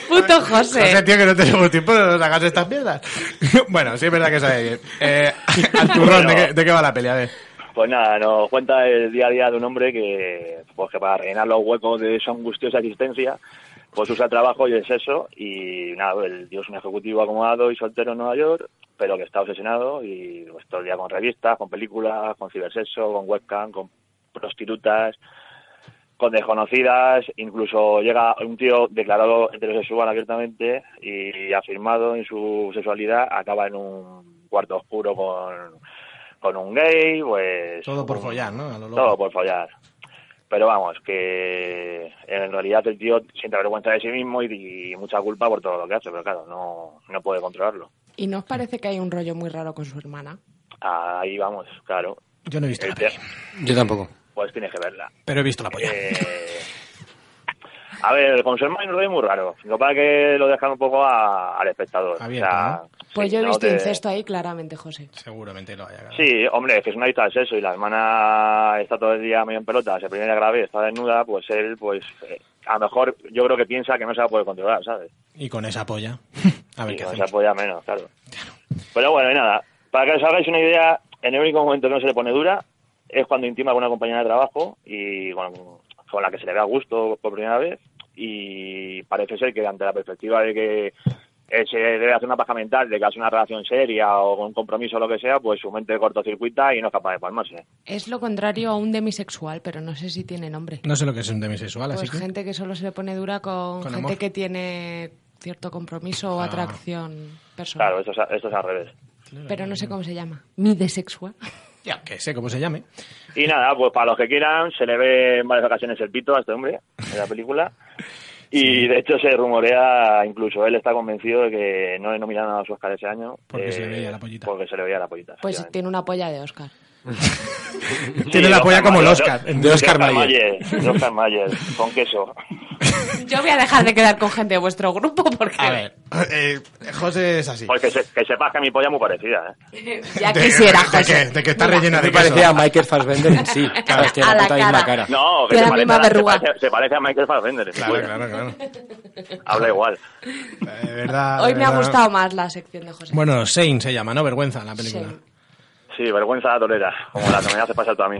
Puto José. José, tío, que no tenemos tiempo, no nos hagas estas mierdas. bueno, sí es verdad que sabe bien. Eh, al turrón, ¿de, qué, de qué va la peli? A ver. Pues nada, nos cuenta el día a día de un hombre que, pues que para rellenar los huecos de su angustiosa existencia, pues usa el trabajo y el sexo. Y nada, el tío es un ejecutivo acomodado y soltero en Nueva York, pero que está obsesionado y pues, todo el día con revistas, con películas, con cibersexo, con webcam, con prostitutas, con desconocidas. Incluso llega un tío declarado heterosexual abiertamente y afirmado en su sexualidad, acaba en un cuarto oscuro con con un gay, pues... Todo por un- follar, ¿no? A lo loco. Todo por follar. Pero vamos, que en realidad el tío siente vergüenza de sí mismo y, y mucha culpa por todo lo que hace, pero claro, no, no puede controlarlo. ¿Y no os parece que hay un rollo muy raro con su hermana? Ahí vamos, claro. Yo no he visto El la te- peli, Yo tampoco. Pues tienes que verla. pero he visto la polla. Eh, a ver, con su hermano lo es muy raro. Lo que pasa es que lo dejan un poco a- al espectador. Abierto, O sea, Pues sí, yo he no visto te- incesto ahí claramente, José. Seguramente lo haya. Sí, hombre, es que es una adicta al sexo y la hermana está todo el día medio en pelotas, se primera grave, está desnuda, pues él, pues eh, a lo mejor yo creo que piensa que no se va a poder controlar, ¿sabes? Y con esa polla. A ver y qué no se hacemos. apoya menos, claro. Pero bueno, y nada, para que os hagáis una idea, en el único momento que no se le pone dura es cuando intima con una compañera de trabajo y bueno, con la que se le ve a gusto por primera vez y parece ser que ante la perspectiva de que él se debe hacer una paja mental, de que hace una relación seria o con un compromiso o lo que sea, pues su mente cortocircuita y no es capaz de palmarse. Es lo contrario a un demisexual, pero no sé si tiene nombre. No sé lo que es un demisexual, Pues así que. gente que solo se le pone dura con, Con gente amor. que tiene cierto compromiso o Ah. atracción personal. Claro, esto es, a- esto es al revés. Pero no sé cómo se llama. Pues Midesexual. Ya, que sé cómo se llame. Y nada, pues para los que quieran, se le ve en varias ocasiones el pito a este hombre en la película. Y de hecho se rumorea, incluso él está convencido de que no le nominaron a los Oscar ese año. Porque se le veía la pollita. Porque se le veía la pollita. Pues tiene una polla de Oscar. Tiene la polla como el Oscar. De Oscar Mayer. De Oscar Mayer, con queso. Yo voy a dejar de quedar con gente de vuestro grupo porque... Eh, José es así. Pues que, se- que sepas que mi polla es muy parecida, ¿eh. ya quisiera, de, José. que, de que está Mira. rellena de Me parecía queso. a Michael Fassbender en sí. Claro, tiene A la la puta misma cara. cara. No, que Tiene se la parece, misma a, se verruga. parece- se parece a Michael Fassbender. Claro, Bueno, claro, claro. Habla igual. De verdad. Hoy de me ha verdad. gustado más la sección de José. Bueno, Shane se llama, ¿no? Vergüenza la película. Sí, vergüenza la tolera, como la que me hace pasar tú a mí.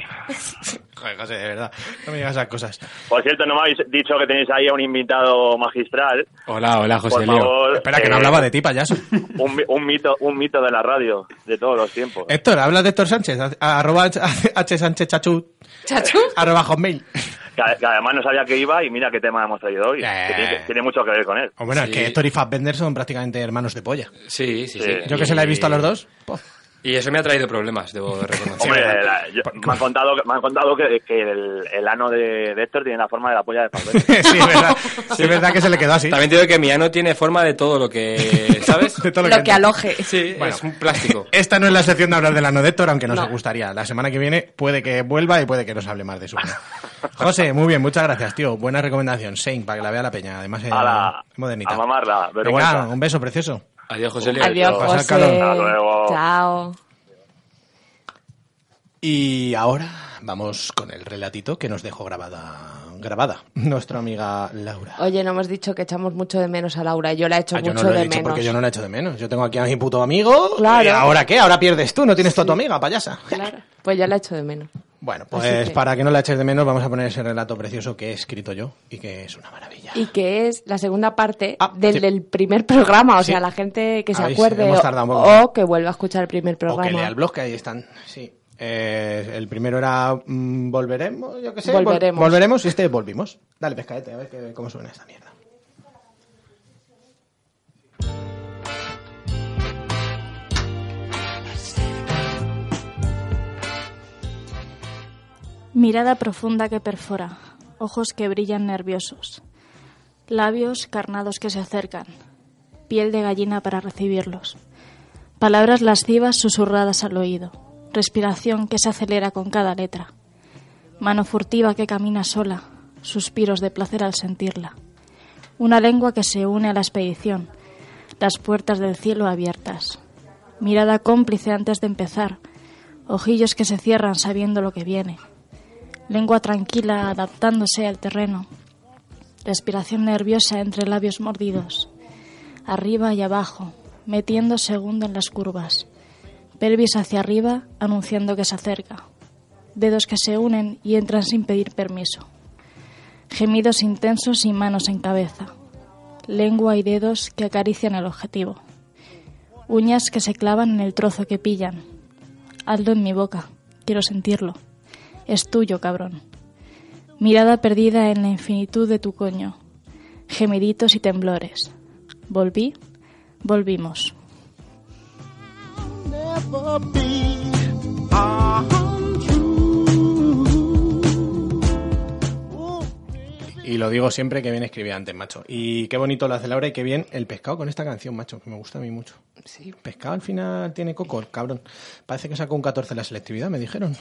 Joder, José, de verdad. No me digas esas cosas. Por cierto, no me habéis dicho que tenéis ahí a un invitado magistral. Hola, hola, José Por Leo. favor, Pues Espera, que no eh, hablaba de ti, payaso. Un, mi- un mito, un mito de la radio de todos los tiempos. Héctor, hablas de Héctor Sánchez. a- a- Arroba H- H Sánchez Chachu. ¿Chachu? Arroba hotmail. Que, que además no sabía que iba y mira qué tema hemos traído hoy. Que Eh. tiene, que- tiene mucho que ver con él. O bueno, es que Héctor y Fassbender son prácticamente hermanos de polla. Sí, sí, sí. Sí. Yo que se la he visto a los dos. pues, Y eso me ha traído problemas, debo reconocer. Hombre, la- yo- me han contado, que- me han contado que, que el, el ano de, de Héctor tiene la forma de la polla de papel. sí, es verdad. Sí, es verdad que se le quedó así. También te digo que mi ano tiene forma de todo lo que, ¿sabes? De todo Lo que aloje. Sí, Bueno. es un plástico. Esta no es la sección de hablar de la no de Héctor, aunque nos No. gustaría. La semana que viene puede que vuelva y puede que nos hable más de su ano. José, muy bien, muchas gracias, tío. Buena recomendación, Sein, para que la vea la peña. Además, es Ala, modernita. a mamarla, vergüenza. Venga, un beso precioso. Adiós, José Leo. Adiós, Pasar José. calor. Hasta luego. Chao. Y ahora vamos con el relatito que nos dejó grabada, grabada nuestra amiga Laura. Oye, no hemos dicho que echamos mucho de menos a Laura. Yo la echo Ah, yo no mucho lo he de dicho menos. porque yo no la he hecho de menos. Yo tengo aquí a mi puto amigo. Claro. ¿Y ahora qué? Ahora pierdes tú, no tienes tú a tu amiga, payasa. Claro. Pues yo la echo de menos. Bueno, Así pues que- para que no la eches de menos, vamos a poner ese relato precioso que he escrito yo y que es una maravilla. Y que es la segunda parte Ah, del, sí. del primer programa. O Sí. sea, la gente que se Habéis- acuerde hemos o, tardado un poco. o que vuelva a escuchar el primer O que lea el programa. blog, que ahí están. Sí. Eh, el primero era mm, Volveremos, yo qué sé. vol- Volveremos. volveremos y este es Volvimos. Dale, pescadete, a ver qué- cómo suena esta mierda. Mirada profunda que perfora, ojos que brillan nerviosos, labios carnados que se acercan, piel de gallina para recibirlos, palabras lascivas susurradas al oído, respiración que se acelera con cada letra, mano furtiva que camina sola, suspiros de placer al sentirla, una lengua que se une a la expedición, las puertas del cielo abiertas, mirada cómplice antes de empezar, ojillos que se cierran sabiendo lo que viene lengua tranquila adaptándose al terreno, respiración nerviosa entre labios mordidos, arriba y abajo, metiendo segundo en las curvas, pelvis hacia arriba anunciando que se acerca, dedos que se unen y entran sin pedir permiso, gemidos intensos y manos en cabeza, lengua y dedos que acarician el objetivo, uñas que se clavan en el trozo que pillan, hazlo en mi boca, quiero sentirlo. Es tuyo, cabrón. Mirada perdida en la infinitud de tu coño. Gemiditos y temblores. Volví, volvimos. never be untrue. Y lo digo siempre que bien escribí antes, macho. Y qué bonito lo hace Laura y qué bien el pescado con esta canción, macho, que me gusta a mí mucho. Sí. Pescado al final tiene coco, el cabrón. Parece que sacó un 14 en la selectividad, me dijeron.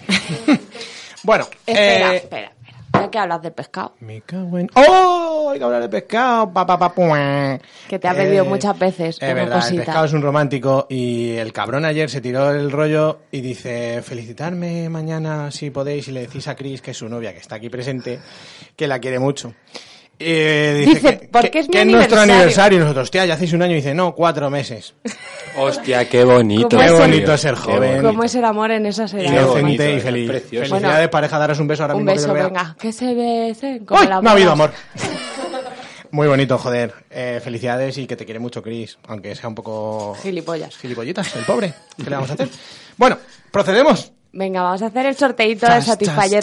bueno, Espera, eh, espera, espera. ¿De qué hablas del pescado? me cago en. ¡Oh! Hay que hablar de pescado. Pa, pa, pa, pua. Eh, Que te ha pedido muchas veces Es una verdad, el cosita. pescado es un romántico y el cabrón ayer se tiró el rollo y dice, felicitarme mañana si podéis y le decís a Cris, que es su novia, que está aquí presente, que la quiere mucho. Eh, Dice, que, "Porque que- es mi que nuestro aniversario". aniversario. Y nosotros, hostia, ya hacéis un año. Y dice, no, cuatro meses. Hostia, qué bonito. ¿Cómo Qué es el- bonito ser Qué joven. bonito. ¿Cómo es el amor en esas Y edades? Inocente bonito, y es feliz. precioso. Felicidades, Bueno, pareja, daros un beso ahora Un mismo. que yo beso, lo vea. venga. Que se besen como ¡Uy! las No ha habido amor. bodas. Muy bonito, joder. Eh, felicidades y que te quiere mucho, Chris. Aunque sea un poco. Gilipollas. Gilipollitas, el pobre. ¿Qué le vamos a hacer? Bueno, procedemos. Venga, vamos a hacer el sorteito de Chas, Satisfyer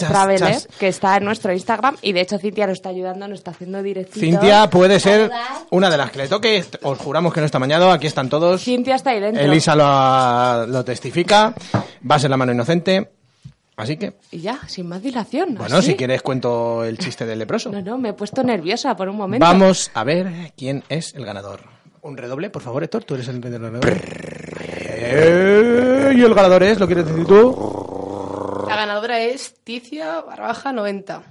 chas, chas, Travel, ¿eh? chas. que está en nuestro Instagram. Y de hecho, Cintia nos está ayudando, nos está haciendo directito. Cintia puede ser una de las que le toque. Os juramos que no está mañado. Aquí están todos. Cintia está ahí dentro. Elisa lo, lo testifica. Va a ser la mano inocente. Así que, Y ya, sin más dilación. bueno, así. si quieres cuento el chiste del leproso. No, no, me he puesto nerviosa por un momento. Vamos a ver quién es el ganador. Un redoble, por favor, Héctor, tú eres el ganador. Eh, y el ganador es, ¿lo quieres decir tú? La ganadora es Ticia Barbaja 90.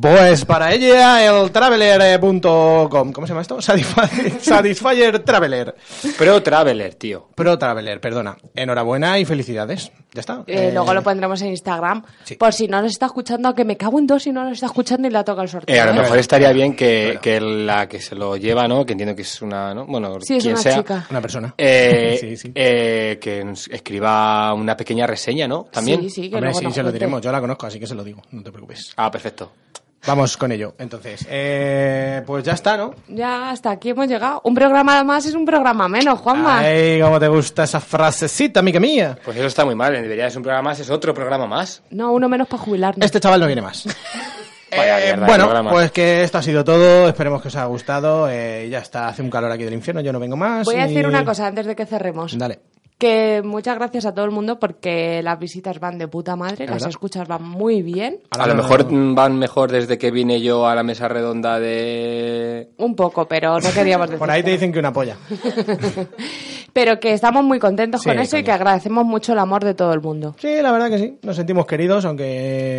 Pues para ella, el traveler.com. ¿Cómo se llama esto? Satisfyer, Satisfyer Traveler. Pro Traveler, tío. Pro Traveler, perdona. Enhorabuena y felicidades. Ya está. Eh, Eh, luego lo pondremos en Instagram. Por si no nos está escuchando, que me cago en dos si no nos está escuchando y la toca el sorteo. Eh, a lo ¿eh? mejor estaría bien que, que la que se lo lleva, ¿no? Que entiendo que es una, ¿no? Bueno, Sí, es quien una sea. chica. Una persona. eh, Sí, sí. eh, que ens- escriba una pequeña reseña, ¿no? También. Hombre, sí, se lo diremos. Yo la conozco, así que se lo digo. No te preocupes. Ah, perfecto. Vamos con ello. Entonces, eh, pues ya está, ¿no? Ya hasta aquí hemos llegado. Un programa más es un programa menos, Juanma. Ay, cómo te gusta esa frasecita, amiga mía. Pues eso está muy mal. Debería ser un programa más, es otro programa más. No, uno menos para jubilarnos. Este chaval no viene más. Vaya mierda de Eh, bueno, programa. pues que esto ha sido todo. Esperemos que os haya gustado. Eh, ya está, hace un calor aquí del infierno. Yo no vengo más. Voy a y- decir una cosa antes de que cerremos. Dale. Que muchas gracias a todo el mundo porque las visitas van de puta madre, Es las verdad. escuchas van muy bien. A lo mejor mm, van mejor desde que vine yo a la mesa redonda de... Un poco, pero no queríamos decir. Por ahí te dicen que una polla. Pero que estamos muy contentos Sí, con eso y coño. que agradecemos mucho el amor de todo el mundo. Sí, la verdad que sí. Nos sentimos queridos, aunque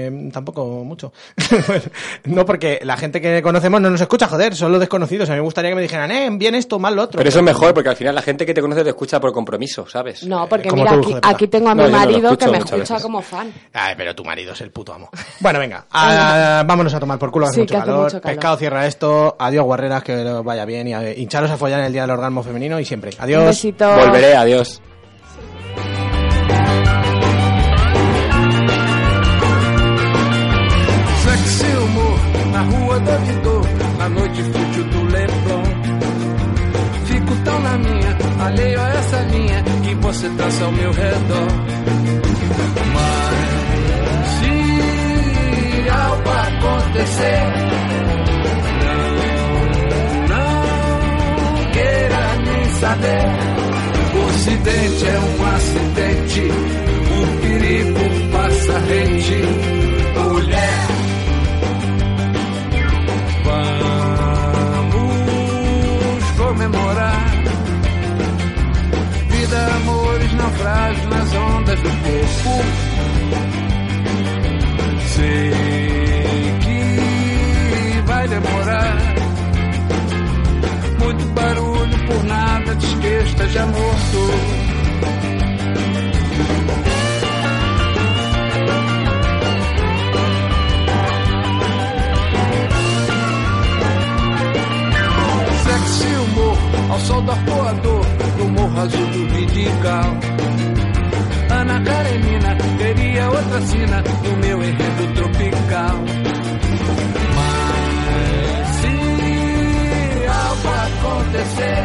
eh, tampoco mucho. Bueno, no porque la gente que conocemos no nos escucha, joder, son los desconocidos. A mí me gustaría que me dijeran, eh, bien esto, mal lo otro. Pero eso es mejor, porque al final la gente que te conoce te escucha por compromiso, ¿sabes? No, porque Como mira, tú, aquí, hijo de puta. aquí tengo a No, mi yo no lo marido que escucho me muchas escucha veces. como fan. Ay, pero tu marido es el puto amo. Bueno, venga, a- vámonos a tomar por culo, que hace, Sí, mucho, que hace calor. mucho calor. Pescado cierra esto. Adiós, guarreras, que os vaya bien. Y a ver, hincharos a follar en el día del orgasmo femenino y siempre. Adiós. Un besito. Volveré, adiós. Sexy humor na rua do Vitor, na noite fútil do Leblon. Fico tão na minha, alheio a essa linha que você traça ao meu redor. Mas se algo acontecer, não, não queira nem saber. O ocidente é um acidente, o perigo passa rente. Mulher. Vamos comemorar. Vida, amores, naufrágios nas ondas do corpo. Sei que vai demorar. Muito barulho por nada, te esqueça já morto. Sexy humor ao sol do arpoador no morro azul do Vidigal. Ana Karenina teria outra sina no meu enredo tropical. Mas se algo acontecer, é um